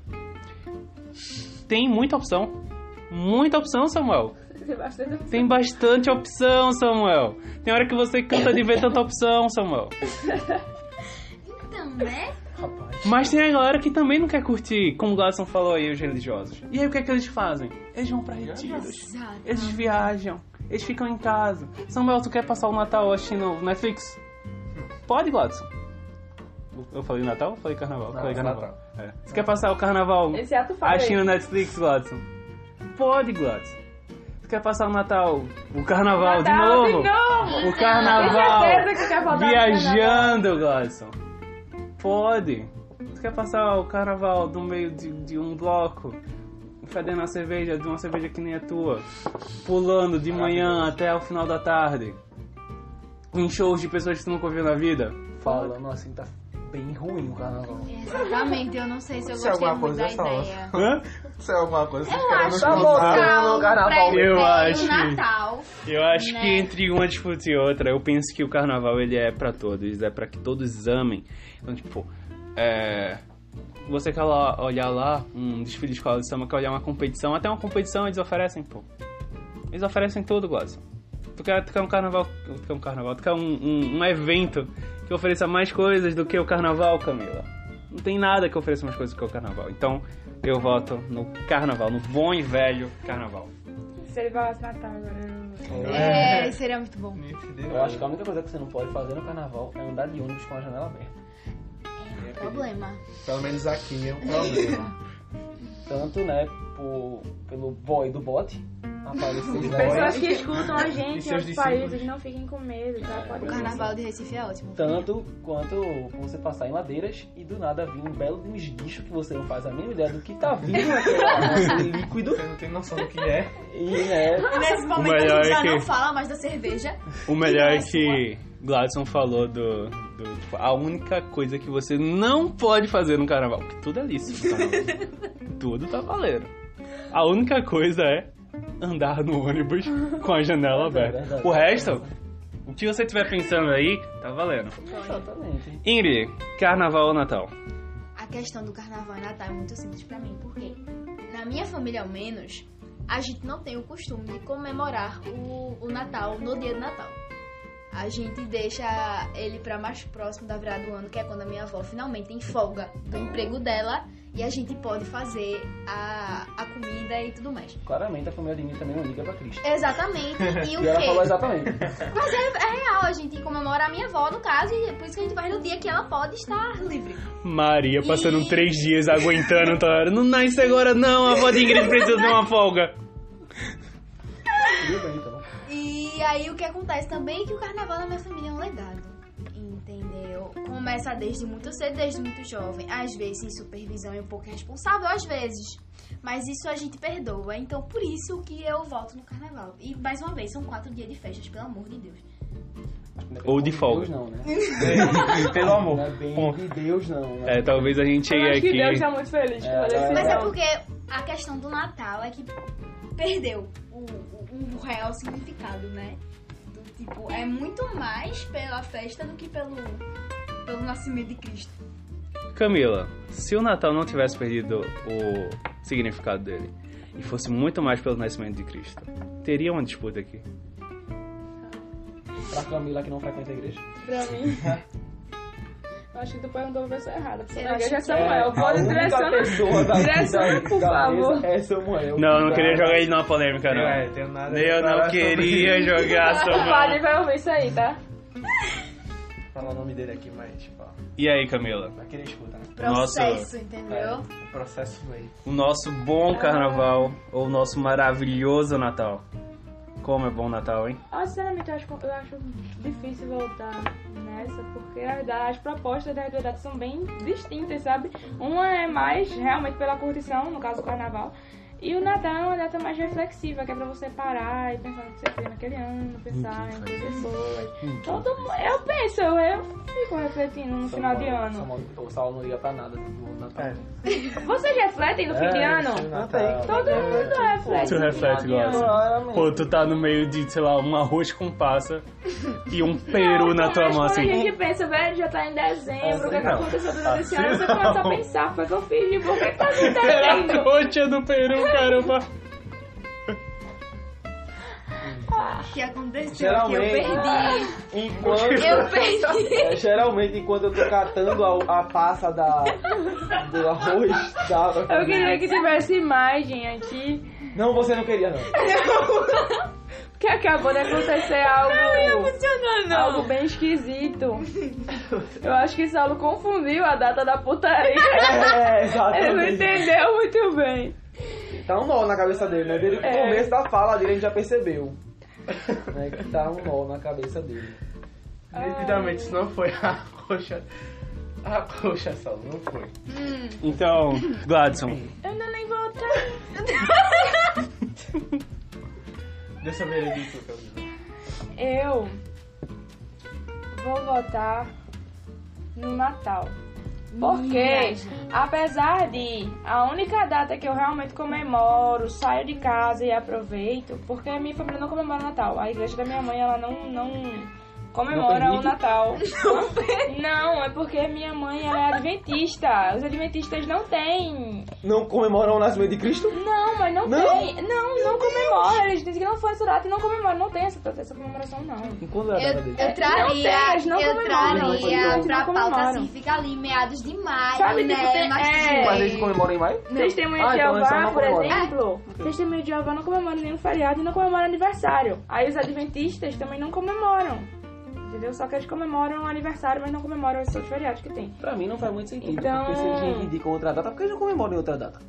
tem muita opção. Muita opção, Samuel. Tem bastante opção. Tem bastante opção, Samuel. Tem hora que você canta de ver tanta opção, Samuel. Então, né? Rapaz. Mas tem a galera que também não quer curtir, como o Gladson falou aí, os religiosos. E aí o que é que eles fazem? Eles vão pra retiros. Exato. Eles viajam. Eles ficam em casa. Samuel, tu quer passar o Natal assistindo Netflix? Pode, Gladson. Eu falei Natal ou falei Carnaval? Não, falei Carnaval. Natal. É. Você quer passar o Carnaval Esse ato falei. assistindo Netflix, Gladson? Pode, Gladson. Tu quer passar o Natal, o Carnaval de Natal, novo? De novo. O carnaval. Tem certeza que quer voltar pro Viajando, Gladson. Pode. Tu quer passar o carnaval no meio de, de um bloco? Fedendo a cerveja, de uma cerveja que nem a tua. Pulando de manhã até o final da tarde. Em shows de pessoas que tu nunca viu na vida. Falando assim, tá bem ruim o carnaval. Exatamente, eu não sei se eu Se é gostei alguma muito da coisa, é só. ideia. Hã? Isso é alguma coisa. que Eu os caras acho não que escutaram. o carnaval. pré- Eu pré- acho O Natal. Eu acho Né? que entre uma disputa e outra, eu penso que o carnaval ele é pra todos, é pra que todos amem. Então, tipo, é. Você quer lá, olhar lá um desfile de escola de samba, quer olhar uma competição, até uma competição eles oferecem, pô. Eles oferecem tudo, Gladson. Tu quer, tu quer um carnaval, tu quer um carnaval, tu quer um, um, um evento que ofereça mais coisas do que o carnaval, Camila. Não tem nada que ofereça mais coisas do que o carnaval. Então, eu voto no carnaval, no bom e velho carnaval. Natal. Se ele falasse Natal agora. eu- É, seria muito bom. Me fudeu. Eu acho que a única coisa que você não pode fazer no carnaval é andar de ônibus com a janela aberta. Problema. Pelo menos aqui é um problema. Tanto, né, por, pelo boy do bote aparecer lá. Pessoas que escutam a gente E seus em outros discípulos. países, não fiquem com medo, tá? Pode O carnaval de Recife é ótimo. Tá. Tanto quanto você passar em ladeiras e do nada vir um belo de uns guichos que você não faz a mínima ideia do que tá vindo naquele líquido. Você não tem noção do que é. E, né, E Nesse momento Melhor é a gente já que- não fala mais da cerveja. O melhor é Nossa, que Gladson falou do, do, tipo, a única coisa que você não pode fazer no carnaval, porque tudo é lícito. no carnaval. tudo tá valendo. A única coisa é andar no ônibus com a janela aberta. O resto, o que você tiver pensando aí, tá valendo. exatamente. Ingrid, carnaval ou Natal? A questão do carnaval e Natal é muito simples pra mim, porque na minha família, ao menos, a gente não tem o costume de comemorar o, o Natal no dia do Natal. A gente deixa ele pra mais próximo da virada do ano, que é quando a minha avó finalmente tem folga do emprego dela e a gente pode fazer a, a comida e tudo mais. Claramente a família de mim também não liga pra Cristo. Exatamente, e o E ela falou quê? exatamente. Mas é, é real, a gente comemora a minha avó, no caso, e é por isso que a gente vai no dia que ela pode estar livre. Maria, passando Ih. três dias aguentando, tá? Não nasce agora não, a avó de Ingrid precisa de uma folga. Tudo bem, então. E aí o que acontece também é que o carnaval na minha família é um legado. Entendeu? Começa desde muito cedo, desde muito jovem. Às vezes sem supervisão e um pouco responsável, às vezes. Mas isso a gente perdoa. Então por isso que eu volto no carnaval. E mais uma vez, são quatro dias de festas, pelo amor de Deus. Não é Ou de bem folga. Deus não, né? Pelo amor. Não é bem Ponto. de Deus não. né? É, talvez a gente Eu chegue acho que Deus aqui. tá muito feliz É, por fazer esse Mas é não. porque a questão do Natal é que perdeu o, o, o real significado, né? Do tipo, é muito mais pela festa do que pelo, pelo nascimento de Cristo. Camila, se o Natal não tivesse perdido o significado dele e fosse muito mais pelo nascimento de Cristo, teria uma disputa aqui. Pra Camila que não frequenta a igreja. Pra mim. Eu acho que tu perguntou pra pessoa errada. Porque Eu na acho igreja é que Samuel. a Pode única direcionar. pessoa da- direciona, da- por da favor. mesa É Samuel. Não, eu não queria jogar ele numa polêmica, não. É, tenho nada Eu pra não falar queria sobre- jogar O padre sobre. vai ouvir isso aí, tá? Falar o nome dele aqui, mas, tipo, ó, E aí, Camila? pra quem ele escuta, né? Processo, Nossa. entendeu? O processo veio. O nosso bom carnaval ou o nosso maravilhoso Natal? Como é bom Natal, hein? Ah, sinceramente, eu acho, eu acho difícil voltar nessa, porque as, da- as propostas da atualidade são bem distintas, sabe? Uma é mais realmente pela curtição, no caso o carnaval, e o Natal é uma data mais reflexiva, que é pra você parar e pensar no que você fez naquele ano, pensar em coisas boas. Todo mu- eu penso, eu fico refletindo no final de ano. Samuel, o Saulo não tá- liga pra nada no Natal. Vocês refletem no fim de ano? tá- Todo mundo reflete. Tu no final reflete, de Glaucio? ano. Pô, tu tá no meio de, sei lá, um arroz com passa e um peru na tua Mas mão, quando A assim. gente pensa, velho, já tá em dezembro, o que, é que não. aconteceu durante esse ano? Você Assim começa a não. pensar, foi o que eu fiz de bom, o que que tá me Era a entendendo? coxa do peru, caramba. É. O que aconteceu? Geralmente- Que eu Ah. perdi. Enquanto. Eu perdi. É, geralmente, enquanto eu tô catando a, a passa da, do arroz, da... Eu queria que tivesse imagem aqui, Não, você não queria, não. porque acabou de acontecer algo, Funcionou, algo bem esquisito. Eu acho que Saulo confundiu a data da putaria, É, ele não exatamente. entendeu muito bem. Tá um nó na cabeça dele, né? Desde o É. começo da fala dele, a gente já percebeu. Né, que tá um nó na cabeça dele. Nitidamente, isso não foi a coxa. A coxa só, não foi. Então, Gladson, Eu ainda nem voltei. Dessa veredito, Camila. Eu vou votar no Natal. Porque, apesar de a única data que eu realmente comemoro, saio de casa e aproveito, porque a minha família não comemora o Natal. A igreja da minha mãe, ela não, não comemora Não o permite? Natal. Não, é porque minha mãe ela é adventista. Os adventistas não têm. Não comemoram o nascimento de Cristo? Não, mas não, Não? tem. Não, não comemora. Eles dizem que não foi essa data e não comemora. Não tem essa, essa comemoração, não. Enquanto era Eu, é data dele. eu Não traria, tem, não eu comemoram, traria não pra comemoram. pauta assim, fica ali meados de maio, Sabe, né? tipo, tem- Mas é. Mas eles comemoram em maio? Testemunha Ah, de então essa Jeová, não por comemora. exemplo. Testemunha de Jeová não comemora nenhum feriado e não comemora aniversário. Aí os adventistas também não comemoram. Entendeu? Só que eles comemoram o aniversário, mas não comemoram os seus feriados que tem. Pra mim não faz muito sentido. Então- Porque se eles reivindicam outra data, por que eles não comemoram em outra data?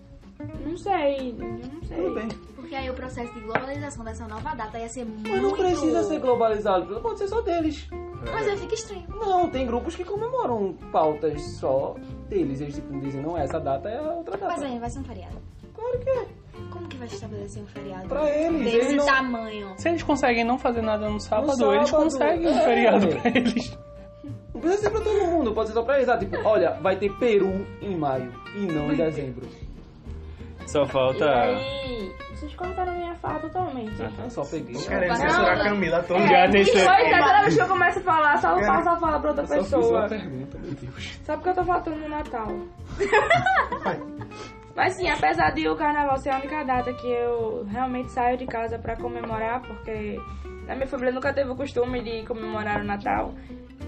Não sei, eu não Tudo sei. bem. Porque aí o processo de globalização dessa nova data ia ser muito... Mas não precisa ser globalizado, pode ser só deles. Mas aí fica estranho. Não, tem grupos que comemoram pautas só deles. Eles tipo, dizem, não, essa data é a outra data. Mas aí vai ser um feriado. Claro que é. Como que vai se estabelecer um feriado Pra eles, desse eles tá. não- tamanho? se eles conseguem não fazer nada no sábado, eles sábado, conseguem um é. feriado pra eles. Não precisa ser pra todo mundo, pode ser só pra eles. Ah, tipo, olha, vai ter Peru em maio e não em dezembro. Só E falta. aí, vocês cortaram minha fala totalmente. Eu Ah, só peguei. Querendo Não, censurar não. a Camila todo É. Já tem que seu- coisa, toda vez que eu começo a falar, só É. passa a fala pra outra Eu só fiz uma pessoa. pergunta, meu Deus. Só porque eu tô faltando no Natal. Mas sim, apesar de o carnaval ser a única data que eu realmente saio de casa pra comemorar, porque na minha família nunca teve o costume de comemorar o Natal.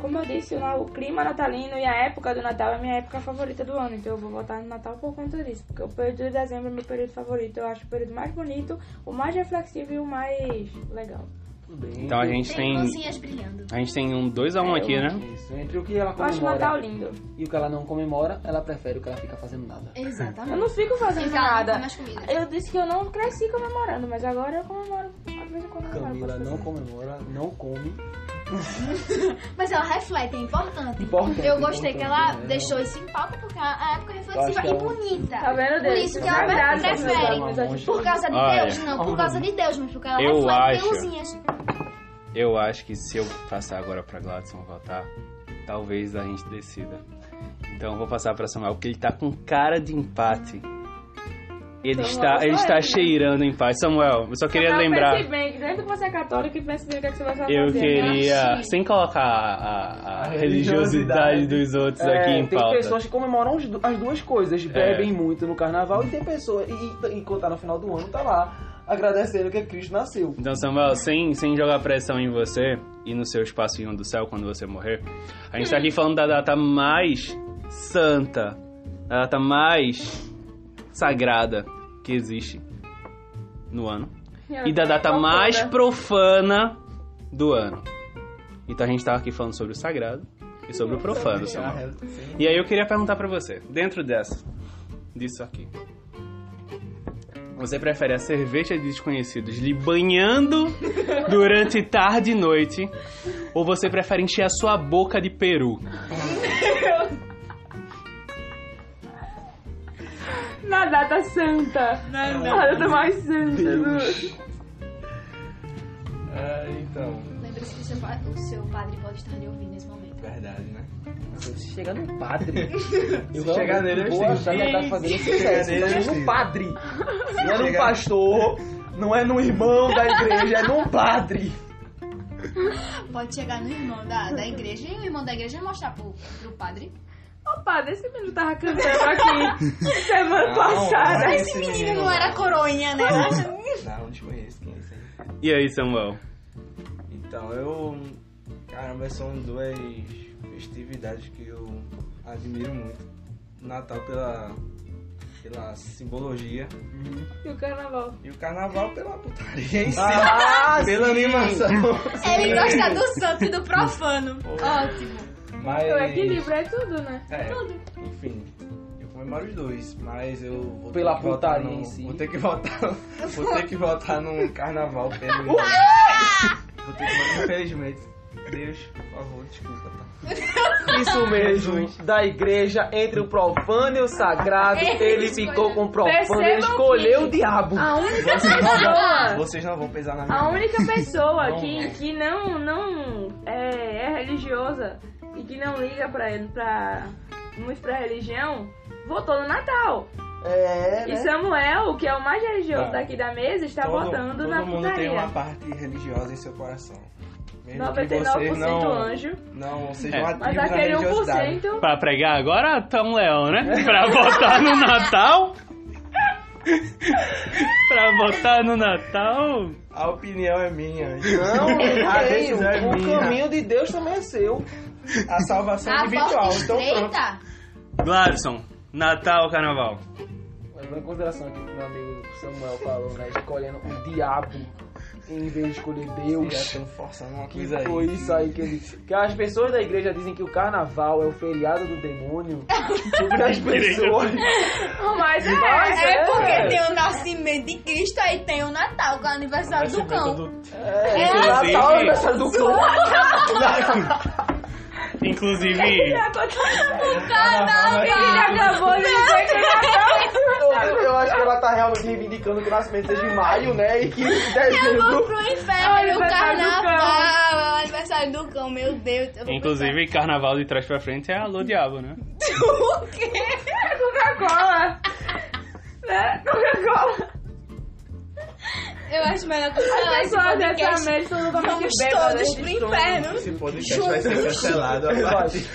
Como eu disse, o na- o clima natalino e a época do Natal é a minha época favorita do ano, então eu vou votar no Natal por conta disso, porque o período de dezembro é meu período favorito, eu acho o período mais bonito, o mais reflexivo e o mais legal. Tudo bem. Então a gente Tem tem. luzinhas brilhando. A gente tem um 2x1 aqui, né? Isso, entre o que ela Eu acho o Natal comemora lindo. e o que ela não comemora, ela prefere o que ela fica fazendo nada. Eu Exatamente. não fico fazendo Fica lá, nada. come as comidas. Eu disse que eu não cresci comemorando, mas agora eu comemoro. Às vezes eu comemoro. Camila com as não pessoas. comemora, não come. Mas ela reflete, é importante. Importante, eu gostei importante, que ela né? deixou isso em pauta porque a época é Acho reflexiva que e ela- bonita. Tá vendo, Por Deus? isso que Tá ela vendo? prefere. Mas é tipo- Por causa de Olha. Deus? Não, por causa de Deus, mas porque ela Ah, Eu reflete tem acho. luzinhas. Eu acho que se eu passar agora pra Gladson votar, talvez a gente decida. Então eu vou passar pra Samuel, porque ele tá com cara de empate. Ele Então está, vamos ele lá, está né? cheirando empate. Samuel, eu só queria Samuel, lembrar. Pense bem, que desde que você é católico, pense bem o que, é que você vai fazer. Eu né? queria, Sim. sem colocar a, a- a A religiosidade religiosidade. dos outros É, aqui em tem pauta. pessoas que comemoram as du- as duas coisas, É. bebem muito no carnaval e tem pessoas, e, e, e quando tá no final do ano, tá lá agradecendo que Cristo nasceu. Então, Samuel, sem, sem jogar pressão em você e no seu espacinho do céu quando você morrer, a gente tá aqui falando da data mais santa, da data mais sagrada que existe no ano é e da data tá mais profana do ano. Então a gente tava aqui falando sobre o sagrado e sobre o profano, Samuel. E aí eu queria perguntar pra você, dentro dessa, disso aqui. Você prefere a cerveja de desconhecidos lhe banhando durante tarde e noite? Ou você prefere encher a sua boca de peru? Na data santa. Na, data mais santa. do- É, então, Lembre-se que o seu, pa- o seu padre pode estar lhe ouvindo nesse momento. verdade, né? Se chegar no padre, eu Se chegar nele, eu vou sei. achar que ela tá fazendo chegar sucesso. nele, Então, eu é sei. no padre. Não é num chegar- pastor, não é num irmão da igreja, é num padre. Pode chegar no irmão da, da igreja e o irmão da igreja mostrar pro, pro padre. Opa, desse menino tava cantando aqui semana passada. mas esse menino não era coroinha, né? Não, desconheço quem é esse aí. E aí, Samuel? Então, eu. Caramba, são duas festividades que eu admiro muito. Natal pela. pela simbologia. E o carnaval. E o carnaval pela putaria em si. Ah, Então, pela animação. Ele gosta do santo e do profano. Ótimo. Mas. O equilíbrio é tudo, né? É, Tudo. enfim. Eu comemoro os dois, mas eu vou Pela ter que votar putaria no, em si. Vou ter que votar. vou ter que votar no carnaval pelo. vou ter que votar, infelizmente. Deus, por favor, desculpa, tá? Isso mesmo, um. da igreja, entre o profano e o sagrado, Ele ele escolheu. ficou com o profano, ele Percebam escolheu que- o diabo. A única Não, Ah. pessoa. Vocês não vão pesar na minha A mão. única pessoa Não, que, não. que não, não é, é religiosa e que não liga pra, pra, muito pra religião, votou no Natal. É, E né? Samuel, que é o mais religioso Tá. daqui da mesa, está todo, votando todo na mundo tem putaria. uma parte religiosa em seu coração. Mesmo que 99% vocês não, anjo, não É. sejam ativos mas na aquele religiosidade. 1%. Pra pregar agora, tá um leão, né? Pra votar no Natal? pra votar no Natal? A opinião é minha. Não, a ei, decisão é Ah, o minha. caminho de Deus também é seu. A salvação A individual. porta Então pronto. estreita. Gladson, Natal ou Carnaval? Levando em consideração que meu amigo Samuel falou, né? Escolhendo o diabo em vez de escolher Eu já Deus. estão forçando uma Que coisa aí. foi isso aí que ele. Que as pessoas da igreja dizem que o carnaval é o feriado do demônio. Porque as pessoas. Mas é, Mas É É. porque tem o nascimento de Cristo, aí tem o Natal, que é o aniversário do cão. É, É, o Natal é o inclusive- aniversário do cão. Inclusive, tá Carnaval é- Ele acabou de dizer que tá Eu, eu acho que ela tá realmente reivindicando que o nascimento seja em maio, né? E que em dezembro. Pro Olha, inferno, o o aniversário do carnaval, é o aniversário do cão, meu Deus. Eu vou pro inclusive Carnaval de trás pra frente é alô diabo, né? inferno. O quê? é Coca-Cola. Né? Coca-Cola. Eu acho melhor que As falar esse pessoas dessa é podcast. mesa estão totalmente Vamos bêbadas. todos pro inferno. Esse podcast vai ser Juntos. cancelado. a partir-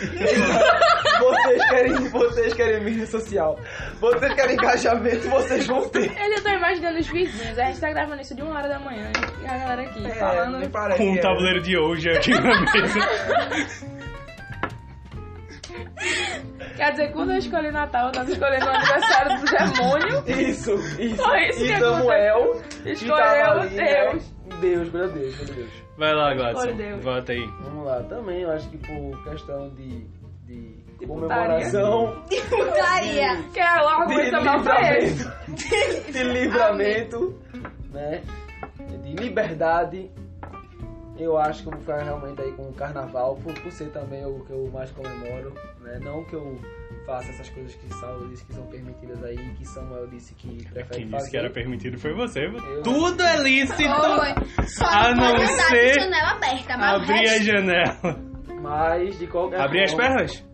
Vocês querem, vocês querem mídia social. Vocês querem engajamento, vocês vão ter. Ele eu tô imaginando os vizinhos. A gente tá gravando isso de uma hora da manhã. E a galera aqui É, falando. me parece. Com um é. tabuleiro de hoje aqui na mesa. Quer dizer, quando eu escolhi Natal, eu tava escolhendo o aniversário do demônio. Isso, isso. Então, é, Foi isso que e Então, Samuel que tava Escolheu tá ali, Deus. Né? Deus, meu Deus, meu Deus. Vai lá, Por Gladson. Deus. Vota aí. Vamos lá, também eu acho que por questão de, de, comemoração, Putaria. Que é o de argumento mal pra ele. livramento, de livramento, né? De liberdade. Eu acho que eu vou ficar realmente aí com o carnaval, por, por ser também o que eu mais comemoro, né? Não que eu faça essas coisas que Saulo disse que são permitidas aí, que Samuel disse que prefere Quem fazer. disse que era permitido foi você. Eu- Tudo é lícito. Oi, Só A não pode andar ser- de janela aberta, mas o Abrir a resto... janela. Mas, de qualquer Abrir as forma, pernas?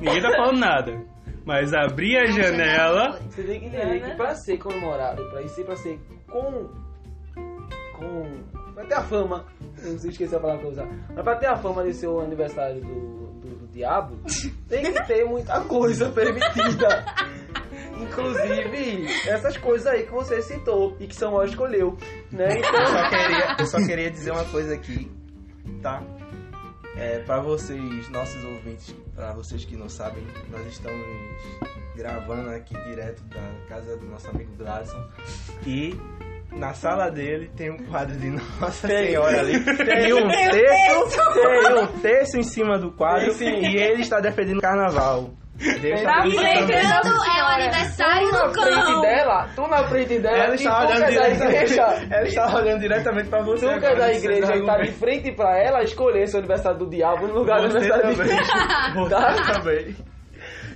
Ninguém tá falando nada. Mas abrir a a janela janela. foi. Você tem que entender É, né? que pra ser comemorado, pra isso, pra ser com. com. pra ter a fama, não sei esquecer a palavra que eu vou usar, mas pra ter a fama de ser o aniversário do, do, do diabo, tem que ter muita coisa permitida. Inclusive, essas coisas aí que você citou e que Samuel escolheu, né? Eu Então, só queria, eu só queria dizer uma coisa aqui, tá? É, pra vocês, nossos ouvintes, pra vocês que não sabem, nós estamos gravando aqui direto da casa do nosso amigo Gladson. E na sala dele tem um quadro de Nossa Tem. Senhora ali. Tem um texto, tem um texto em cima do quadro Tem, sim. Tá e ele está defendendo o carnaval. Deus Na abençoe frente também. dela. Quando é o aniversário do tu na frente cão. dela, tu na frente dela, Ela e está poucas olhando da diretamente. igreja. Ela está olhando diretamente pra você. Nunca agora, da nos seus igreja e tá de argumentos. frente pra ela escolher seu aniversário do diabo no lugar do Você aniversário também. Você também. de...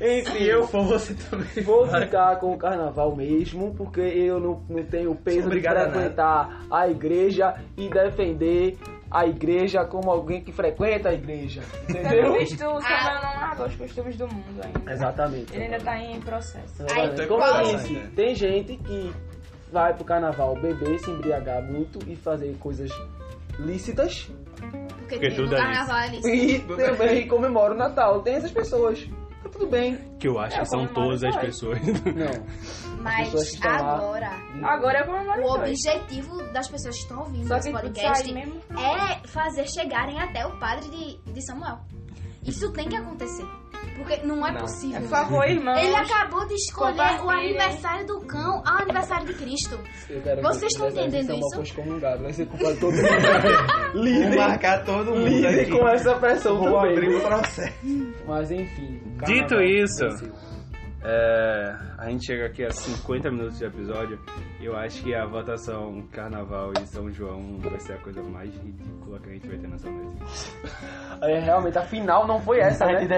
Enfim, Se eu for, você também. vou ficar com o carnaval mesmo, porque eu não, não tenho peso de Obrigado a nada. frequentar a igreja e defender a igreja como alguém que frequenta a igreja, Pelo entendeu? visto, o Samuel não largou os costumes do mundo ainda. Exatamente. Ele ainda tá em processo. Exatamente. Aí, Então, Como eu passa, disse, né? tem gente que vai pro carnaval beber, se embriagar muito e fazer coisas lícitas Porque, Porque no tudo é carnaval é ali. e também comemora o Natal. Tem essas pessoas. Tá tudo bem. Que eu É, acho que são todas as pessoas. Não. pessoas que Mas estão lá. agora, Agora eu o comemoro dois. objetivo das pessoas que estão ouvindo Só esse que podcast sair mesmo. é fazer chegarem até o padre de, de Samuel. Isso tem que acontecer. Porque não é Não, possível. Por favor, irmão. Ele acabou de escolher o Compartilhem. aniversário do cão ao aniversário de Cristo. Eu quero Vocês que- estão eu quero que entendendo Samuel isso? fosse comungado, vai ser culpa de todo mundo. Vou Lidem, marcar todo mundo lidem aqui. com essa pressão Vou abrir também. um processo. Mas enfim. carnaval Dito isso, venceu. É, a gente chega aqui a 50 minutos de episódio. Eu acho que a votação Carnaval e São João vai ser a coisa mais ridícula que a gente vai ter nessa noite. É, realmente, a final não foi essa, né? tanto.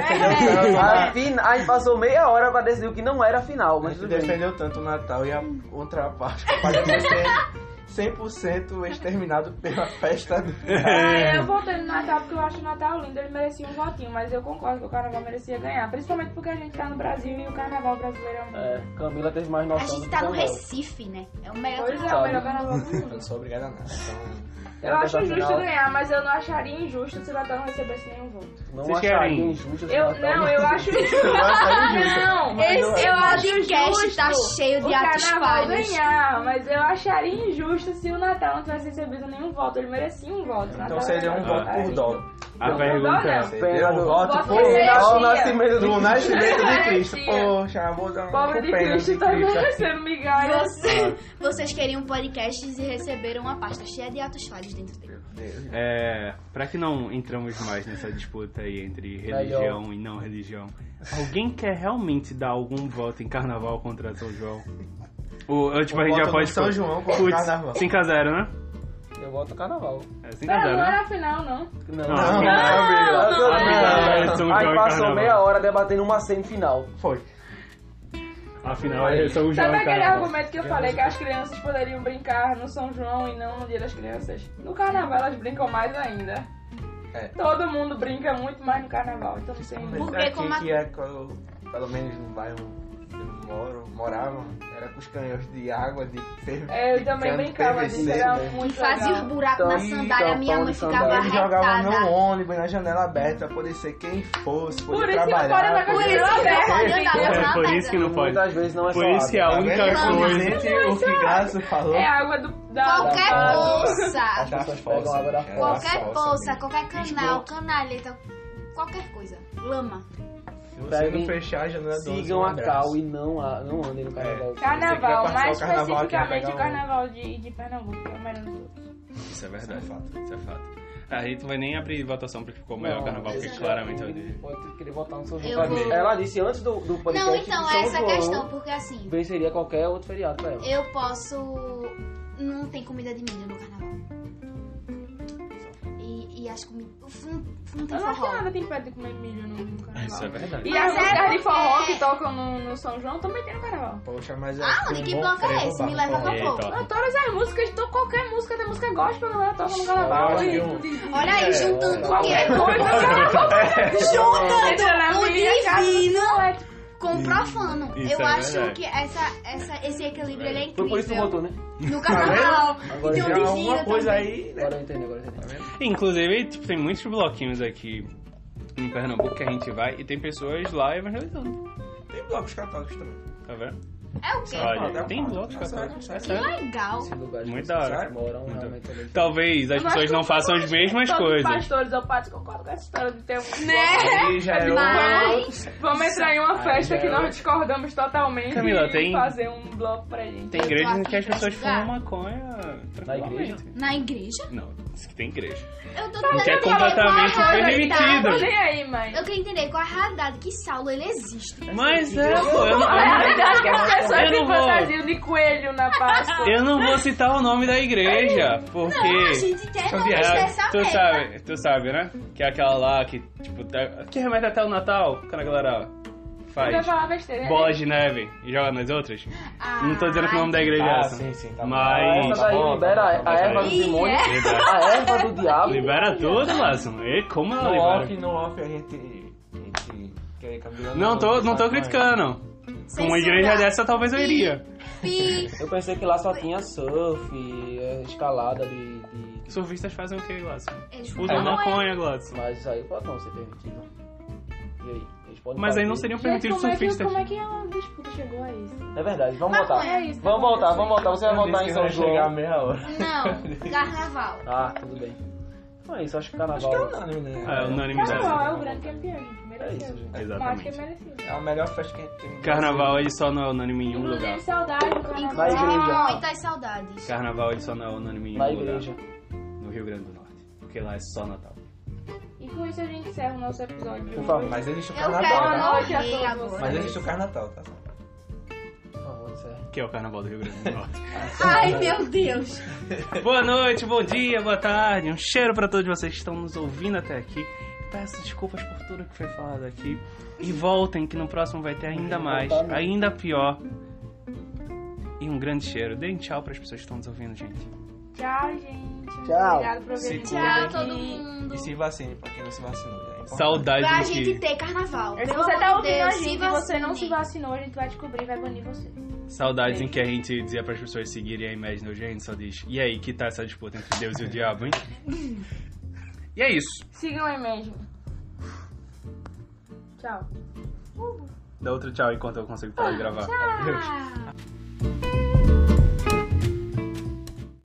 A, fina- a gente passou meia hora pra decidir o que não era a final, Mas mas tu tudo bem. defendeu tanto o Natal e a outra Páscoa para ser 100% exterminado pela festa do... Ah, eu voltei no Natal porque eu acho o Natal lindo, ele merecia um votinho, mas eu concordo que o carnaval merecia ganhar. Principalmente porque a gente tá no Brasil e o carnaval brasileiro é um. É, Camila teve mais A noção do gente que tá no Samuel. Recife, né? É o melhor Pois é, carnaval. o melhor carnaval do Eu não mundo. sou obrigado a nada. então- É Eu acho né? Essa injusto final, ganhar, mas eu não acharia injusto se o Natal não recebesse nenhum voto. Não Vocês acharia querem? injusto esse Eu, Natal, não, eu acho injusto. Eu acharia injusto. Não, Mas não esse eu acho podcast injusto. tá cheio de o atos carnaval falhos. ganhar, mas eu acharia injusto se o Natal não tivesse recebido nenhum voto. Ele merecia um voto. Então seria um voto por dó. A Não, pergunta não, é: não. Seria um voto Voto por por dó dó. ao nascimento do, Do nascimento de de Cristo. Cristo. Poxa, vou dar um Pobre de Cristo tá também recebe migalhas. Você- vocês queriam podcasts e receberam uma pasta cheia de atos falhos dentro dele. é, pra que não entramos mais nessa disputa aí entre religião e não religião, alguém quer realmente dar algum voto em Carnaval contra São João? Ou, ou, tipo, a gente já pode. Um São João com Putz, carnaval. 5x0, né? Eu voto carnaval. É Não, 5x0, não né? era final, não. Não, Não, não, Eu não, sou não, obrigado. não, não. Aí é passou Carnaval. meia hora debatendo uma semifinal. Foi. Afinal, é São João Sabe e aquele Carnaval. argumento que eu falei que as crianças poderiam brincar no São João e não no Dia das Crianças? No carnaval elas brincam mais ainda. É. Todo mundo brinca muito mais no carnaval, então não sei. Por Aqui que como a- que é, quando- pelo menos no bairro que eu moro, morava, era com os canhões de água, de ferro. É, eu também brincava disso, era né? E muito fazia os legal. buracos na Então, sandália, então, minha pau mãe de ficava sandália. Ele jogava no arretada. ônibus, na janela aberta, poder ser quem fosse, Por poder isso que não pode andar trabalhar. com a Por isso janela que não aberta, pode entendeu? andar É, por isso que não pode. Muitas vezes não é Por só isso que a Tá única vendo? Não, coisa. Gente, o que Graça falou. É água do, da... Qualquer da- bolsa, As pessoas pegam água é, da fossa. qualquer bolsa, qualquer canal, Esgoto. canaleta, qualquer coisa. Lama. Se você não Peguem- fechar a janela é um do Sigam a Cal e não, a, não andem no É. carnaval. Carnaval, Você mais quer passar o carnaval especificamente aqui, vai o pegar um- carnaval de, de Pernambuco, que é o melhor de todos. Isso é Isso é verdade. fato. Isso é fato. A gente não vai nem abrir votação pra que ficou o melhor Não, carnaval, porque isso já- claramente é o dele. Pode querer votar no São Eu João. vou- Ela disse antes do, do podcast. Não, então, que São é essa a João questão, porque assim, Venceria qualquer outro feriado pra ela. eu posso. Não tem comida de milho no carnaval. E, e as comidas. o Não, não tem Eu não acho que forró. nada tem pé de comer milho no, no carnaval. Isso é verdade. E Mas as é músicas de porque- forró que tocam no, no São João também tem no carnaval. Poxa, mas é. Ah, Lani, que bloco é esse? Me leva pra Eita. pouco. Ah, Todas as músicas, to- qualquer música da música gospel, a galera toca no carnaval. Olha, E, eu- Olha aí, É, juntando o qualquer quê? coisa no carnaval. Entra na Juntando o minha casa. divino É, com o profano. Isso Eu é acho verdade. que essa, essa, esse equilíbrio ele é Foi por isso que incrível. voltou, né? Tá No carnaval. Agora é E tem já o alguma divino coisa também. aí, né? Agora eu entendi, agora eu entendi. Inclusive, tipo, tem muitos bloquinhos aqui em Pernambuco que a gente vai e tem pessoas lá evangelizando. Tem blocos católicos também. Tá vendo? É o quê? Olha, tem blocos católicos. É Que sério. legal. Esses lugares Muito que da vocês hora. moram Muito Tá realmente ali. Talvez as eu acho pessoas que não eu façam concordo, as mesmas todos os coisas. Pastores ou padres concordam com essa história de ter um. Aí já é Né? Mas- Vamos entrar em uma festa que nós discordamos totalmente é Camila, e tem- fazer um bloco pra gente. Tem igrejas em que as Pra pessoas estudar. fumam maconha Na igreja? tranquilamente. Na igreja? Não, disse que tem igreja. Eu tô Porque é tentando entender qual completamente a razão permitido. Tô da- nem aí, mãe. Eu queria entender qual a raridade que Saulo ele existe. Mas é, pô, eu A não, realidade é que as pessoas Eu não se vou. fantasiam de coelho na Páscoa. eu não vou citar o nome da igreja, porque... Não, a gente quer não É, expressar tu mesmo. sabe, tu sabe, né? Que é aquela lá que, tipo, tá- que remete até o Natal, quando a galera Eu ia faz falar besteira. bola de neve e joga nas outras. Ah, Não tô dizendo que o nome da igreja é Ah, essa. sim, sim, tá bom. mas. Essa daí Volta, libera volta, a volta, erva do volta. é? demônio, Libera, a erva do diabo. libera tudo, Lazo. E como ela No off, libera? no off a gente. a gente quer caminhar Não tô, não tô Mas- criticando. Com uma censura. igreja é dessa, talvez eu iria. Pi. Eu pensei que lá só tinha surf, eh, escalada de. de- Surfistas fazem o que, Lazo? Eles Usam não é- maconha, Lazo. Mas isso aí pode não ser permitido. E aí? Eles podem Mas aí não um fazer- seriam Gente, permitidos como é, que, surfistas. como é que a disputa chegou a isso? É verdade, vamos Maconha voltar. é isso, Vamos né? voltar, vamos voltar. Então Você vai Eu disse voltar que em vai São chegar a João. meia hora. Não, carnaval. Ah, tudo bem. Então é isso, acho que carnaval. unânime, né? É, unanimidade. Carnaval é o grande campeão, gente. É isso, Mereceu. gente. Mas que Exatamente. mereceu. É a melhor festa que a gente tem. no Carnaval ele só não é unânime em nenhum lugar. Inclusive, saudade do Na carnaval. igreja. Muitas saudades. Carnaval ele só não é unânime em Na nenhum lugar. igreja. no Rio Grande do Norte. Porque lá é só Natal. E com isso a gente encerra o nosso episódio de Por hoje. favor. Brasil. Mas existe o Eu quero carnaval, tá? noite a morrer todos. Mas agora. existe o carnaval, tá? Por favor, sério. Que é o carnaval do Rio Grande do Norte. Ai, meu Deus. boa noite, bom dia, boa tarde. Um cheiro pra todos vocês que estão nos ouvindo até aqui. Peço desculpas por tudo que foi falado aqui. E voltem, que no próximo vai ter ainda mais, ainda pior. E um grande cheiro. Deem tchau pras pessoas que estão nos ouvindo, gente. Tchau, gente. Tchau. Obrigado por Se ver. cuidem. Tchau, todo mundo. E se vacine, pra quem não se vacinou. É importante. Pra Saudades do gente que, ter carnaval. Se Pelo você tá amor de ouvindo a Deus, se gente e você não se vacinem. vacinou, a gente vai descobrir e vai banir você. saudades em que a gente dizia pras pessoas seguirem a imagem do gente, só diz. E aí, que tá essa disputa entre Deus e o diabo, hein? E é isso. Sigam a imagem. Tchau. Dá outro tchau enquanto eu consigo parar de gravar. Ah.